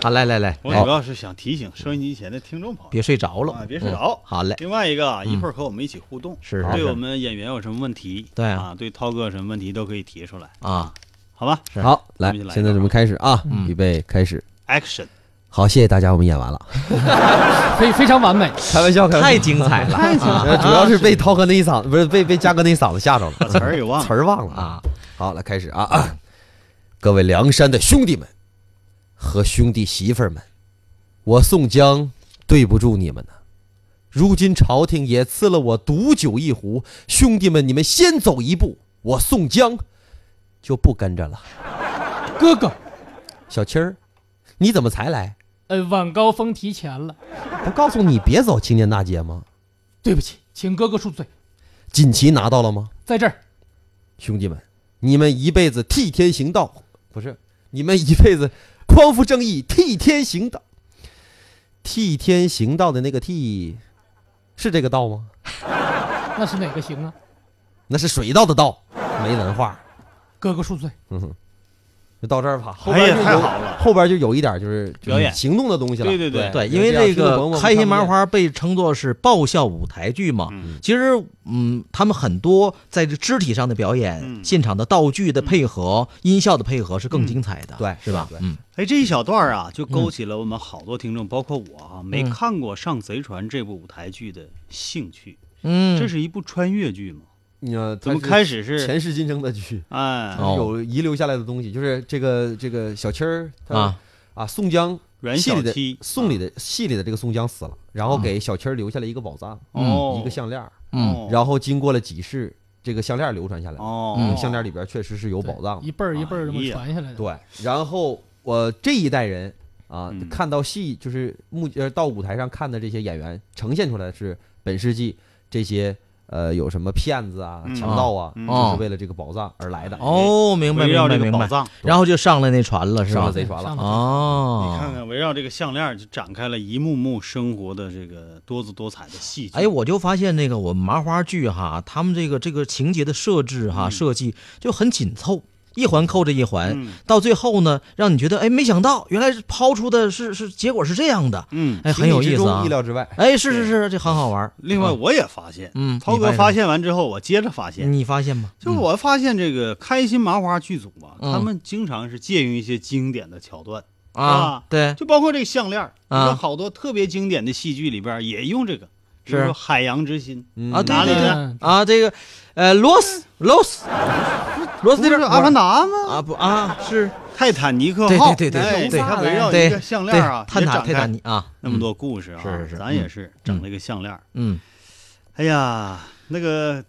好，来来来，
我
来
主要是想提醒收音机前的听众朋友，
别睡着了
啊，别睡着
嗯好嘞，
另外一个啊，
嗯
一会儿和我们一起互动，
是
对
是
我们演员有什么问题，
对啊
啊，对涛哥有什么问题都可以提出来，
啊，
好吧
是
好，
咱
来
们就来，
现在准备开始啊，
嗯
预备开始。
？Action！
好，谢谢大家，我们演完了，
[LAUGHS] 非非常完美。
开玩笑，开玩
太
笑。
精彩了，
太紧了，
呃主要是被涛哥那一嗓子，不是被被嘉哥那一嗓子吓着了，
把词儿给忘了
词儿忘了
啊！
好，来开始啊啊！各位梁山的兄弟们和兄弟媳妇儿们，我宋江对不住你们呢、如今朝廷也赐了我毒酒一壶，兄弟们，你们先走一步，我宋江就不跟着了。
哥哥，
小七儿，你怎么才来？
呃，晚高峰提前了，
不告诉你别走青年大街吗？
对不起，请哥哥恕罪。
锦旗拿到了吗？
在这儿，
兄弟们，你们一辈子替天行道，不是你们一辈子匡扶正义，替天行道。替天行道的那个替，是这个道吗？
[LAUGHS] 那是哪个行啊？
那是水道的道，没文化。
哥哥恕罪。
嗯哼，就到这儿吧。后
哎
边
呀
就有、
太好了
后边就有一点就是
表演
就是行动的东西了。
对对
对
对，
对
因为
这
这个开心麻花被称作是爆笑舞台剧嘛。其实，嗯，他们很多在这肢体上的表
嗯
演、现场的道具的配合、音效的配合是更精彩的，对，是吧？嗯，
哎，这一小段儿啊，就勾起了我们好多听众，包括我啊，没
嗯
看过《上贼船》这部舞台剧的兴趣。
嗯
这是一部穿越剧嘛？
你
怎么开始是
前世今生的剧？
哎
它是有遗留下来的东西，就是这个这个小七儿他
啊
啊，宋江
阮
戏
小
里的
七啊
宋里的戏里的这个宋江死了，然后给小七儿留下了一个宝藏，
哦
一个项链儿，
嗯
然后经过了几世，这个项链儿流传下来了，
哦
这个项链里边确实是有宝藏的
一，辈儿一辈儿这么
哎呀
传下来的。
对，然后我这一代人啊，
嗯
看到戏就是目呃到舞台上看的这些演员呈现出来的是本世纪这些呃有什么骗子啊、
嗯
强盗啊，
嗯
就是为了这个宝藏而来的。
哦，明白
围
明
绕
白
这个
明白
宝藏。
然后就上了那船了，是吧？
上了贼船了嗯
你看
哦，
看，围绕这个项链儿就展开了一幕幕生活的这个多姿多彩的戏剧。
哎，我就发现那个我们麻花剧哈，他们这个这个情节的设置哈、设计就很紧凑，一环扣着一环，
嗯
到最后呢，让你觉得哎，没想到原来是抛出的是是结果是这样的，
嗯
哎，很有意思啊，
意料之外。
哎，是是是，这很好玩。
另
哦
外，
啊
我也发现，
嗯
涛
你发
哥
现
发现完之后，我接着发现，
你发现吗？
就我发现这个开心麻花剧组吧，
嗯
他们经常是借用一些经典的桥段
啊
是吧
对
就包括这个项链儿，你
啊
看好多特别经典的戏剧里边儿也用这个，比如
是
说《海洋之心》
啊，对
嗯哪里
对
呢？
对啊，这个呃，罗斯罗斯罗斯
不是阿凡达吗？
啊不啊是
泰坦尼 [LAUGHS] 克
对
号，
对对
哎
对
你
对
看围绕
对
一个项链儿啊，
对泰
也
坦
展开
泰坦尼啊
那么多故事啊，
是是是
咱也是整
嗯
了一个项链儿。
嗯，
哎呀，那个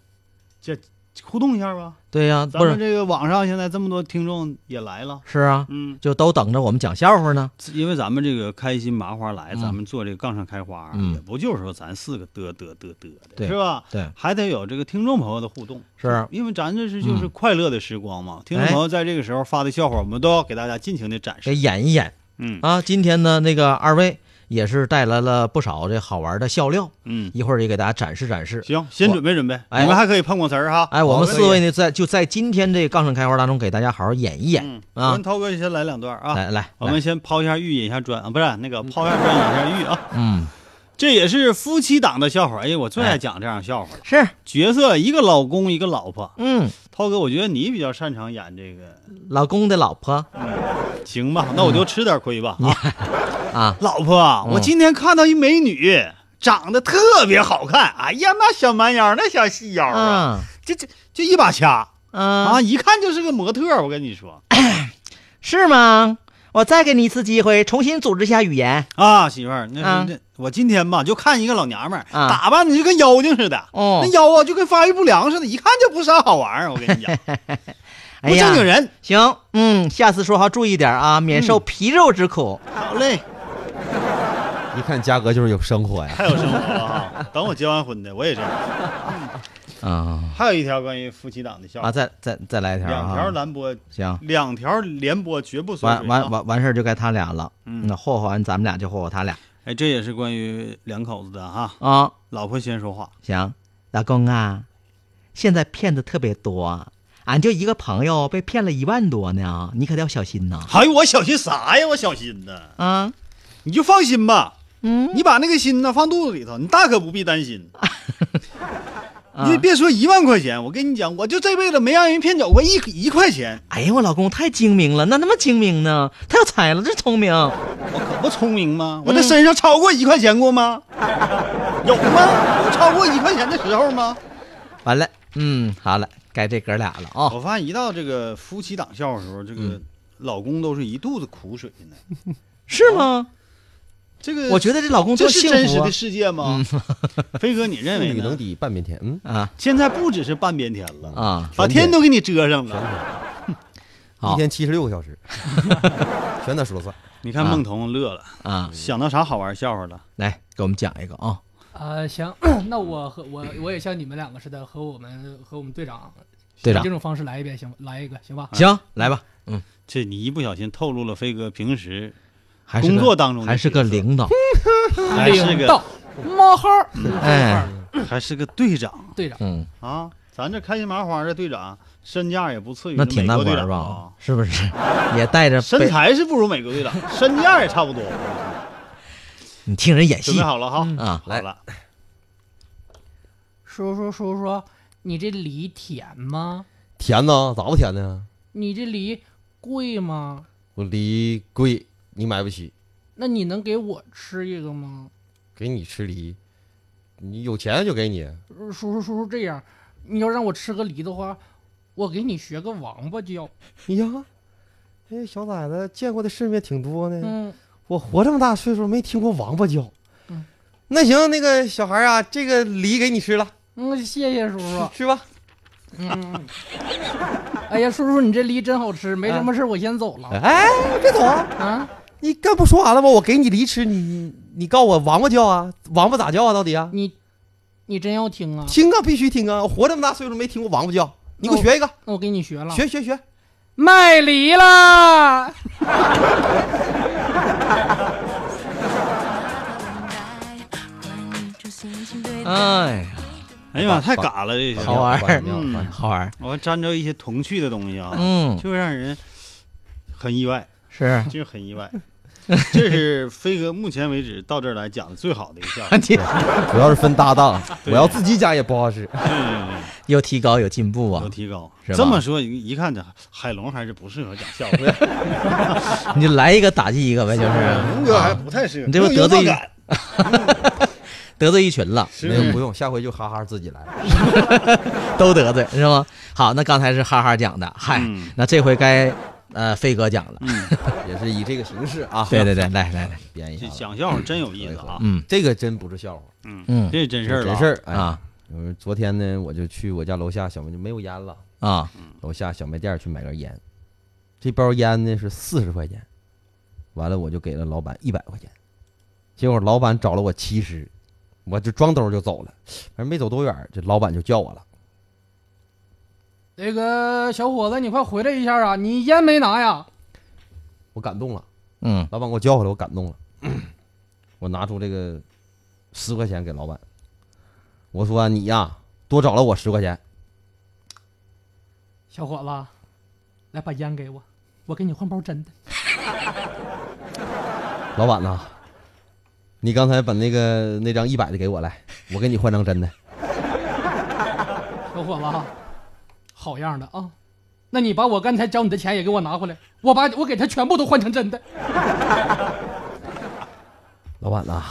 这互动一下吧，
对呀，
咱
不
们
是
这个网上现在这么多听众也来了，
是啊，
嗯，
就都等着我们讲笑话呢。
因为咱们这个开心麻花来，
嗯
咱们做这个杠上开花啊，
嗯
也不就是说咱四个嘚嘚嘚嘚的，
对
是吧？
对
还得有这个听众朋友的互动，
是
因为咱这是就是
嗯哎
快乐的时光嘛。听众朋友在这个时候发的笑话，我们都要给大家尽情的展
给
示。
演一演。
嗯
啊，今天呢，那个二位也是带来了不少这好玩的笑料，
嗯，
一会儿也给大家展示展示。
行，先准备准备，
哎
你们还可以碰碰瓷儿哈。
哎，我们
好
四位呢，在就在今天这杠上开花当中，给大家好好演一演
我
啊
跟！涛哥先来两段啊，
来来，
我们先抛一下玉，引一下砖啊，不是那个抛一下砖，引一下玉啊。
嗯，
这也是夫妻档的笑话，哎，我最爱讲这样的笑话了。
是，
角色一个老公，一个老婆。
嗯，
涛哥，我觉得你比较擅长演这个，
老公的老婆
行吧？那我就吃点
[LAUGHS]
亏吧啊！
嗯啊，
老婆啊，我今天看到一美女，长得特别好看，哎呀，那小蛮腰，那小细腰
嗯
啊，这这就一把掐
啊
啊，，一看就是个模特儿。我跟你说
是吗？我再给你一次机会，重新组织一下语言。
啊，媳妇儿，那
啊
那我今天吧，就看一个老娘们儿
啊
打扮的就跟妖精似的，
哦
那腰啊就跟发育不良似的，一看就不是啥好玩意儿。我跟你讲，
[LAUGHS] 哎
不
呀
正经人。
行，嗯，下次说话注意点啊，免受皮肉之苦。
嗯好嘞，
一看嘉哥就是有生活呀。
还有生活啊！等我结完婚的，我也这样。
啊
还有一条关于夫妻档的笑话
啊，再再再来一条
两
啊！
条蓝波，
行，
两条连波绝不缩水啊嗯
完完。完完事儿就该他俩了。那霍霍完咱们俩就霍霍他俩
哎，这也是关于两口子的哈。
啊。
老婆先说话，
行，老公啊，现在骗子特别多，俺就一个朋友被骗了一万多呢，你可得要小心呐。
哎呦，我小心啥呀？我小心呢，
啊，
你就放心吧。
嗯，
你把那个心呢放肚子里头，你大可不必担
[LAUGHS]
心。
啊
你别说一万块钱，我跟你讲，我就这辈子没让人骗走过一一块钱，
哎呀，我老公太精明了，那那么精明呢？太有才了，真聪明。
我可不聪明
嗯
吗？我在身上超过一块钱
[LAUGHS]
过吗？有吗？有超过一块钱的时候吗？
完了，嗯，好了，该这哥俩了啊、
我发现一到这个夫妻档
嗯
笑的时候，这个老公都是一肚子苦水呢。
是吗？
这个
我觉得这老公
这
多
是
幸福啊嗯
真实的世界吗？ [LAUGHS] 飞哥，你认为
妇女能
抵半边天？嗯
啊，
现在不只是半边天了
啊
把天都给你遮上了。
一天七十六个
[LAUGHS]
小时，全他说了算。
你看孟童乐了
啊，
想到啥好玩笑话了？
来给我们讲一个啊。
啊，行，那我和我我也像你们两个似的，和我们和我们队长，
队长
这种方式来一遍行，来一个行吧？
行，来吧，嗯，
这你一不小心透露了飞哥平时
还是个
工作当中的
还是个领导，嗯
还是
领
个嗯
导冒号儿，
哎，
还是个队长
队长，
嗯
啊！咱这开心麻花的队长身价也不次于
那挺
美
难
国队
玩
长啊
吧？是不是？ [LAUGHS] 也带着
身
被，
材是不如美国队长，身价也差
[LAUGHS]
不多。
你听人演戏，
准备好了哈
啊，
来了，
叔叔叔叔，你这梨甜吗？
甜呢？咋不甜呢？
你这梨贵吗？
我梨贵，你买不起，
那你能给我吃一个吗？
给你吃梨，你有钱就给你。
呃叔叔叔叔，这样，你要让我吃个梨的话，我给你学个王八叫。
[LAUGHS] 哎呀，哎，小崽子见过的世面挺多呢。
嗯，
我活这么大岁数没听过王八叫。
嗯
那行，那个小孩啊，这个梨给你吃了，
嗯，谢谢叔叔。
吃吧。
嗯，哎呀，叔叔，你这梨真好吃，没什么事儿，我先走了。
哎，别走啊！
啊，
你刚不说完了吗？我给你梨吃，你你你告诉我王八叫啊？王八咋叫啊？到底啊？
你你真要听啊？
听啊，必须听啊！我活这么大岁数没听过王八叫，你给我
那
学一个，
那我给你学了。
学学学。
卖梨
[LAUGHS]
啦！
哎呀，
哎呀妈，太嘎了，这是
好玩儿
嗯，
好玩儿，
我还沾着一些童趣的东西啊，
嗯
就让人很意外，
是，
就是很意外。 [LAUGHS] 这是飞哥目前为止到这儿来讲的最好的一
[LAUGHS]
项
你
我要是分搭档，我
对嗯
要自己讲也不好使。
有提高有进步啊
有，提
[LAUGHS]
高。
是吧
这么说一看这海龙还是不适合讲笑话，
你就来一个打击一个呗，就是
龙哥还不太适合，
你这不
没有
得
幽默
罪
感
得罪一群了，
是
没有不用，下回就哈哈自己来。
[LAUGHS] 都得罪是吗？好，那刚才是哈哈讲的，嗨，
嗯
那这回该呃飞哥讲了，
也是以这个形式啊。
对对对，来来来，
编一下
这
子。
讲笑话真有意思啊！
嗯，
这个真不是笑话，
嗯
这是真事儿了
真事儿哎
啊。
就是昨天呢，我就去我家楼下小卖就没有烟了
啊，
楼下小卖店去买根烟，这包烟呢是四十块钱，完了我就给了老板一百块钱，结果老板找了我七十，我就装兜就走了，反正没走多远，这老板就叫我了，
那个小伙子，你快回来一下啊！你烟没拿呀？
我感动了，
嗯，
老板给我叫回来，我感动了，我拿出这个十块钱给老板，我说、啊你呀、多找了我十块钱，
小伙子，来把烟给我，我给你换包真的。
老板呐，你刚才把那个那张一百的给我来，我给你换张真的。
小伙子啊，好样的啊！那你把我刚才交你的钱也给我拿回来，我把我给他全部都换成真的。
老板呐，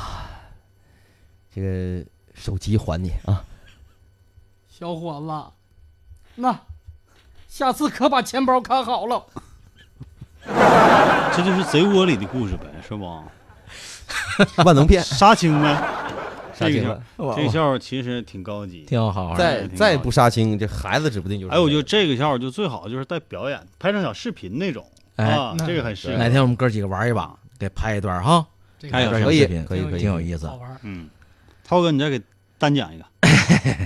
这个手机还你啊，
小伙子，那下次可把钱包看好了。
这就是贼窝里的故事呗，是不？
[LAUGHS] 万能骗，
杀青呗，
杀
这
青
个
了
笑这个笑话其实挺高级，
挺好玩儿
再
挺
再
高级
不杀青，这孩子指不定就是。
哎，我觉得这个笑话就最好就是带表演，拍成小视频那种
哎
啊，这个很适
哪
合。
天我们哥几个玩一把，给拍一段哈，
这
个哎
拍一段小
可以
视频
可以可以
挺有意思
好。玩儿。
嗯，涛哥，你再给单讲
[LAUGHS]
一个，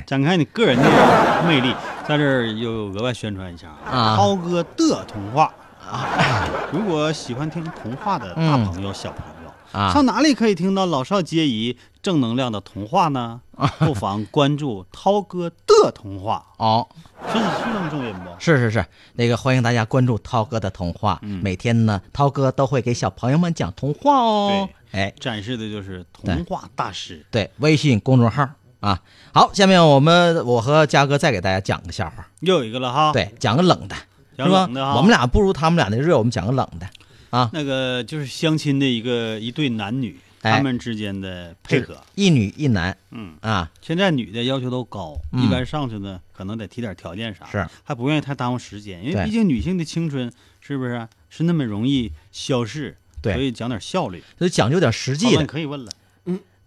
展开你个人的魅力，在这儿又额外宣传一下
啊
涛哥的童话。 [COUGHS] 如果喜欢听童话的大朋友、小朋友，
啊
上哪里可以听到老少皆宜、正能量的童话
[LAUGHS]
呢？不妨关注涛哥的童话，
哦，
是是这么重音不？
是是是，那个欢迎大家关注涛哥的童话，
嗯
每天呢，涛哥都会给小朋友们讲童话哦。哎，
展示的就是童话大师。
对，微信公众号啊。好，下面我们我和嘉哥再给大家讲个笑话，
又有一个了哈，，
对，讲个冷的，
讲冷的
是
哈
吧？我们俩不如他们俩的热，我们讲个冷的啊。
那个就是相亲的一个一对男女，
哎
他们之间的配合。
一女一男，
嗯
啊，
现在女的要求都高，
嗯
一般上去呢，可能得提点条件啥，
是
还不愿意太耽误时间，因为
对
毕竟女性的青春是不是是那么容易消逝？
对
所以讲点效率，
就讲究点实际
好了
的
你。可以问了，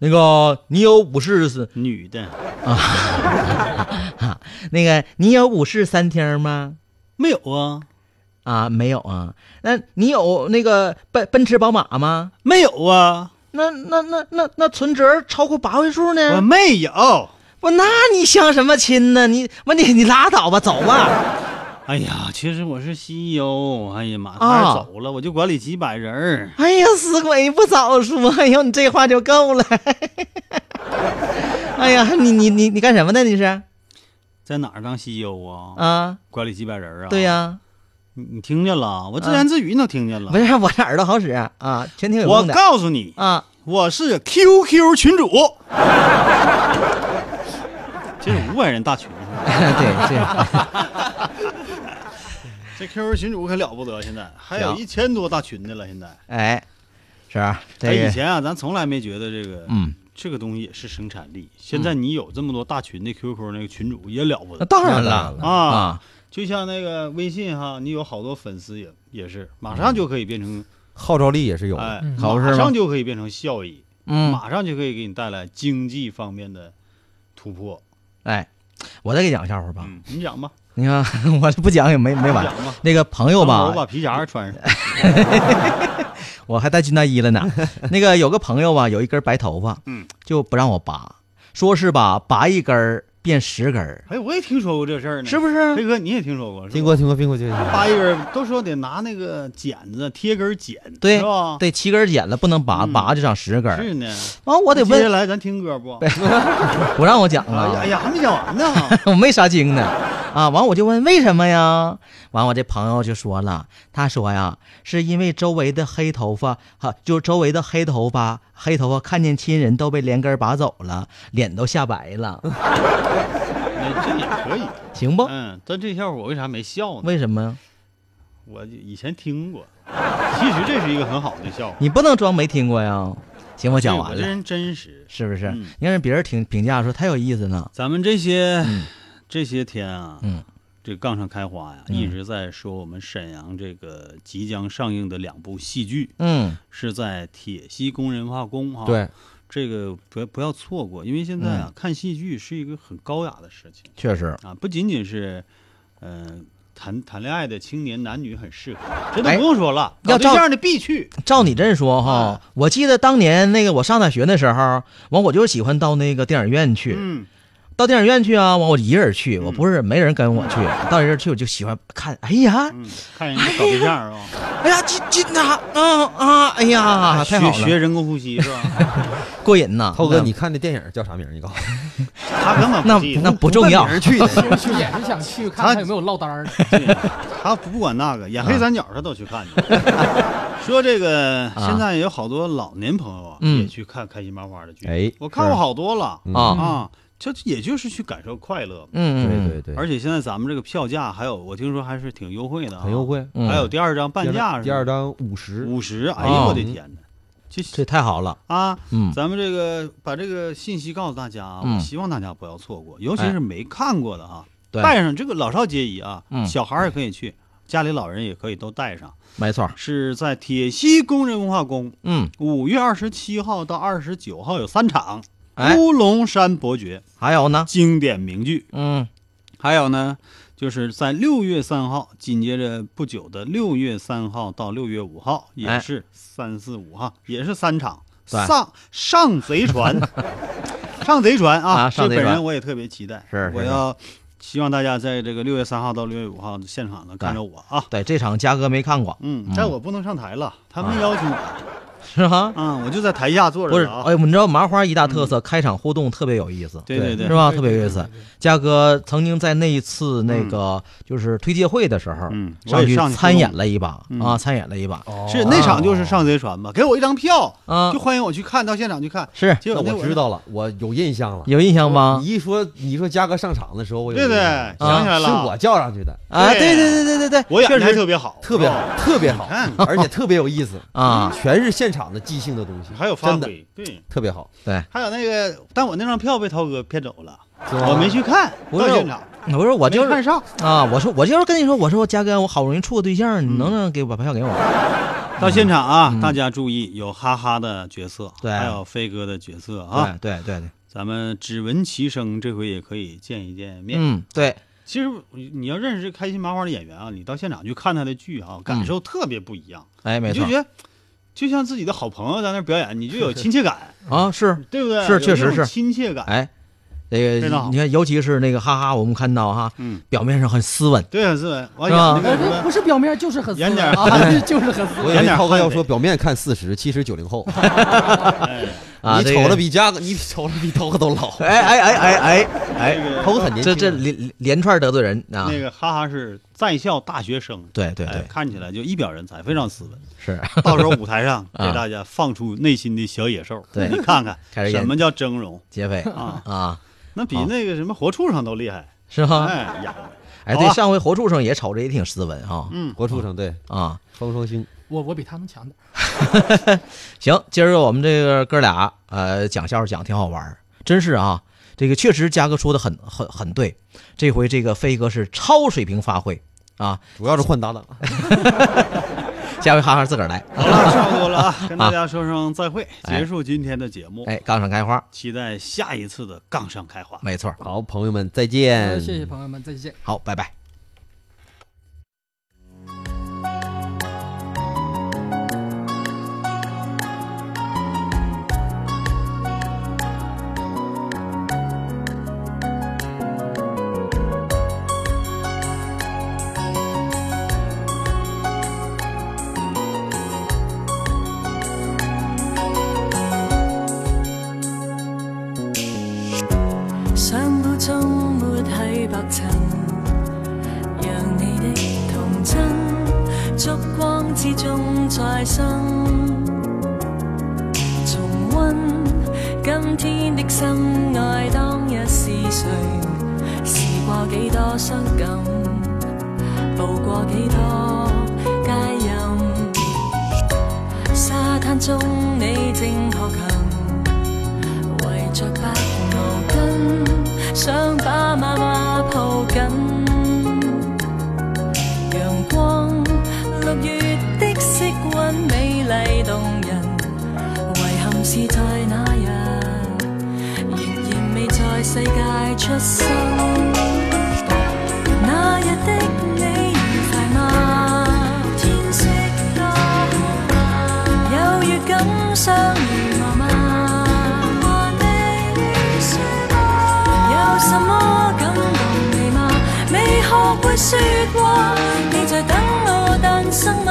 那个，你有五室
女的
啊？那个，你有五室三厅吗？
没有啊。
啊，没有啊。那你有那个奔奔驰、宝马吗？
没有啊。
那那那那那存折超过八位数
嗯
呢？
我没有。
我那你相什么亲呢？你我你你拉倒吧，走
[LAUGHS]
吧。
哎呀，其实我是 CEO，哎呀
哦
妈，
啊
他走了，我就管理几百人儿
哎呀，死鬼，你不早说！哎呦，你这话就够了。 [LAUGHS] 哎呀，你你你你干什么呢？你是
在哪儿当 CEO 啊？
嗯
啊，
管理几百人儿啊？
对呀
你你听见了？我自
嗯
言自语能听见了。
不是我这耳朵好使啊，啊全听有
我
用的。
告诉你
[LAUGHS] 啊，
我是 QQ 群主， [LAUGHS] 这是五百人
[LAUGHS]
大群。
啊对是。
这 QQ 群主可了不得，现在还有
行
一千多大群的了。现在，
[LAUGHS] 哎，是吧？
哎，
这
以
个
前啊，咱从来没觉得这个，
嗯，
这个东西也是生产力。现在你有这么多大群的 QQ 那个群主也了不得，
那当然了
啊
啊
就像那个微信哈，你有好多粉丝也也
嗯
是，马上就可以变成，
号召力也是有的，
哎，
可不是
马
吗
上？就可以变成效益，
嗯
马上就可以给你带来经济方面的突破。
哎，我再给你讲个笑话吧。
嗯你讲吧，
你看，我这不讲也没没完
[LAUGHS] 讲吧。
那个朋友
等会儿
吧
我，把皮夹
[LAUGHS]
穿上。
我还带军大衣
[LAUGHS]
了呢。那个有个朋友吧，有一根白头发，
嗯，
就不让我拔，说是吧，拔一根儿变十根儿。
哎，我也听说过这事儿呢，
是不是
飞哥，你也听说过？是吧
听过听过听过听过。
拔一根儿都说得拿那个剪子贴根儿剪，
对
是吧？
对，七根儿剪了不能拔，拔就长十根儿。
嗯是呢。
啊，我得
接下
问，哎
来咱听歌不？
[LAUGHS] 不让我讲
哎呀
了
哎。呀，还没讲完呢。
[LAUGHS] 我没啥精呢。啊，完我就问为什么呀？完我这朋友就说了，他说呀，是因为周围的黑头发，哈、就是周围的黑头发，黑头发看见亲人都被连根儿拔走了，脸都吓白了，
哎这也可以，
行不？
嗯，但这笑话我为啥没笑呢？
为什么呀？
我以前听过，其实这是一个很好的笑话。
你不能装没听过呀。行，我讲
对
完
哎我这
了，
人真实。
是不是？
嗯
你让人别人评评价说太有意思了。
咱们这些这些天啊，
嗯，
这杠上开花呀，
嗯
一直在说我们沈阳这个即将上映的两部戏剧，
嗯，
是在铁西工人文化宫哈。
对，
这个不不要错过，因为现在啊，
嗯
看戏剧是一个很高雅的事情
确实，
啊，不仅仅是，呃，谈谈恋爱的青年男女很适合，这都
哎
不用说了，
要
搞对
照
象的必去。
照你这么说哈，嗯我记得当年那个我上大学的时候，完我就喜欢到那个电影院去。
嗯，
到电影院去啊，完我一个人去，我不是没人跟我
[LAUGHS]
去，到一个人去我就喜欢看，哎呀，
嗯，看人家搞对象啊，
哎呀，这这那啊啊，哎呀，太好
学学
了，
人工呼吸是吧？
[LAUGHS] 过瘾呐！
涛哥，你看这电影叫啥名儿？你告诉我。
他根本
那
不记
那
得，
不重要
奔，着去的，
就也是想去看看有没有落单儿的。
他不管那个，演黑
啊
三角他都去 [LAUGHS] 看去。说这个
啊
现在有好多老年朋友啊，
嗯
也去看开心麻花的剧，
哎
我看过好多了
嗯
啊
啊，这也就是去感受快乐嘛。
嗯
对
嗯
对对，
而且现在咱们这个票价还有，我听说还是挺优惠的啊，
很优惠，
嗯，
还有第二张半价是吧，
第二张五十，
呃五十，哎呦我的
嗯
天哪，这
这太好了，
啊，
嗯
咱们这个把这个信息告诉大家啊，
嗯
我希望大家不要错过，尤其
哎
是没看过的啊，
对
带上这个老少皆宜啊，
嗯
小孩儿也可以去，家里老人也可以都带上。
没错，
是在铁西工人文化宫，
嗯，
五月二十七号到二十九号有三场
哎
《乌龙山伯爵》
还有呢，
经典名剧，
嗯，
还有呢，就是在六月三号，紧接着不久的六月三号到六月五号，也
哎
是三四五哈，也是三场
对
上上贼
[LAUGHS]
船，上贼船啊！
啊
这
上贼船
本人我也特别期待，
是是
我要希望大家在这个六月三号到六月五号现场能看着我啊！
对，这场嘉哥没看过，
嗯，
嗯
但我不能上台了，他们邀请我，
是哈，
啊，我就在台下坐
不
着
是，
呢啊。嗯
哎，我们知道麻花一大特色，开场互动特别有意思，
对对对
是吧？特别有意思。嘉哥曾经在那一次那个就是推介会的时候，
嗯我
上
也
去
上去
参
互动
演了一把
嗯
啊，参演了一把，
是那场就是上贼船吧？给我一张票，
啊
就欢迎我去看，到现场去看。
是
结
那
果那
我知道了，我有印象了。
有印象吗
你？一说你一说嘉哥上场的时候，我有
对
印
对
嗯
象
想起来了
是我叫上去的，
啊，对
对
对对对对对，
我演的
确
还
实
特别好，哦
特别好，特别好，
看
[LAUGHS]
而且特别有意思，
啊，
全是现场的即兴的东西，
还有发
真的
挥，对。
特别好。
对，
还有那个，但我那张票被涛哥骗走了，
是吧
我没去看，
不
到
是
现场
啊我说我
我
就
看
是
上。
嗯啊，我说我就是跟你说，我说嘉哥，我好容易处个对象，你能不能给我把票给我？
到现场啊，大家注意，有哈哈的角色，
对啊
还有飞哥的角色啊，
对对对对，
咱们只闻其声，这回也可以见一见面。
嗯，对，
其实你要认识这开心麻花的演员啊，你到现场去看他的剧啊，感受特别不一样。
哎，嗯没
你
错
就觉得就像自己的好朋友在那儿表演，你就有亲切感，
啊， [LAUGHS] 是
对不对？
是，
有
确实
那种
是
亲切感。
哎，那
非常
个
好
你看，尤其是那个哈哈，我们看到哈，
嗯，
表面上很斯文，
对，斯文，我
是吧
演那个什
哎不
么
不是表面就是很斯文
演点
啊， [LAUGHS] 就是很斯
我以
文
为。涛哥要说表面看四十，其实九零后。
啊
你
这个
瞅着比嘉哥，你瞅着比涛哥都老。
哎哎哎哎哎哎，
涛哥很年
这
轻。
这连连串得罪人啊，
那个哈哈是在校大学生，
对对对
哎看起来就一表人才，非常斯文。
[LAUGHS] 是，
到时候舞台上给
啊
大家放出内心的小野兽，
对
你看看
开始演
什么叫峥嵘，
劫匪
啊
啊，
那比
好啊
那个什么活畜生都厉害，
是哈
哎呀，
哎，
好啊
对，上回活畜生也瞅着也挺斯文哈，
嗯
活畜生对
啊，
双双星，
我我比他们强点儿。
[LAUGHS]
[LAUGHS]
行，今儿我们这个哥俩呃讲笑话讲挺好玩儿，真是啊，这个确实嘉哥说的很很很对，这回这个飞哥是超水平发挥啊，
主要是换搭档。
下回哈哈自个儿来，
好了，差不多了
[LAUGHS]
啊，跟大家说声再会，
哎
结束今天的节目，
哎，杠上开花，
期待下一次的杠上开花。
没错，
好，朋友们再见。
谢谢朋友们，再见。
好，拜拜。
想到終沒喺白襯，讓你的童真，燭光之中再生，重温今天的深愛，當日是誰？試過幾多傷感，步過幾多街飲，沙灘中你正學行。圍着白毛巾，想把媽媽抱緊。陽光六月的色溫美麗動人，遺憾是在那日，仍然未在世界出生。那日的你愉快嗎？天色多好嗎？有預感相遇我嗎？和你說話有什麼感動你嗎？未學會説話，你在等我誕生嗎？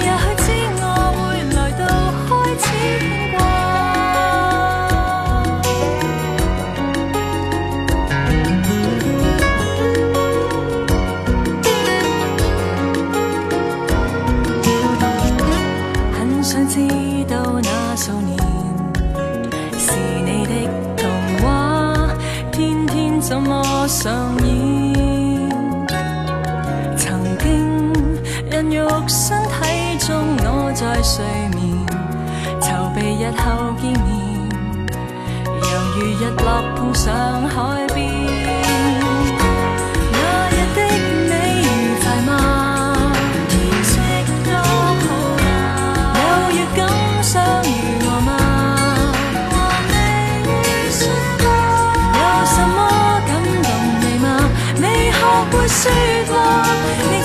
也許知我會來到，開始牽掛。很想知道那數年是你的童話，天天怎麼上演？曾經孕育身體中，我在睡眠，籌備日後見面，猶如日落碰上海邊。那日的你愉快嗎？天色多好嗎？有預感相遇我嗎？和你說話啊有什麼感動你嗎？未學會説話，你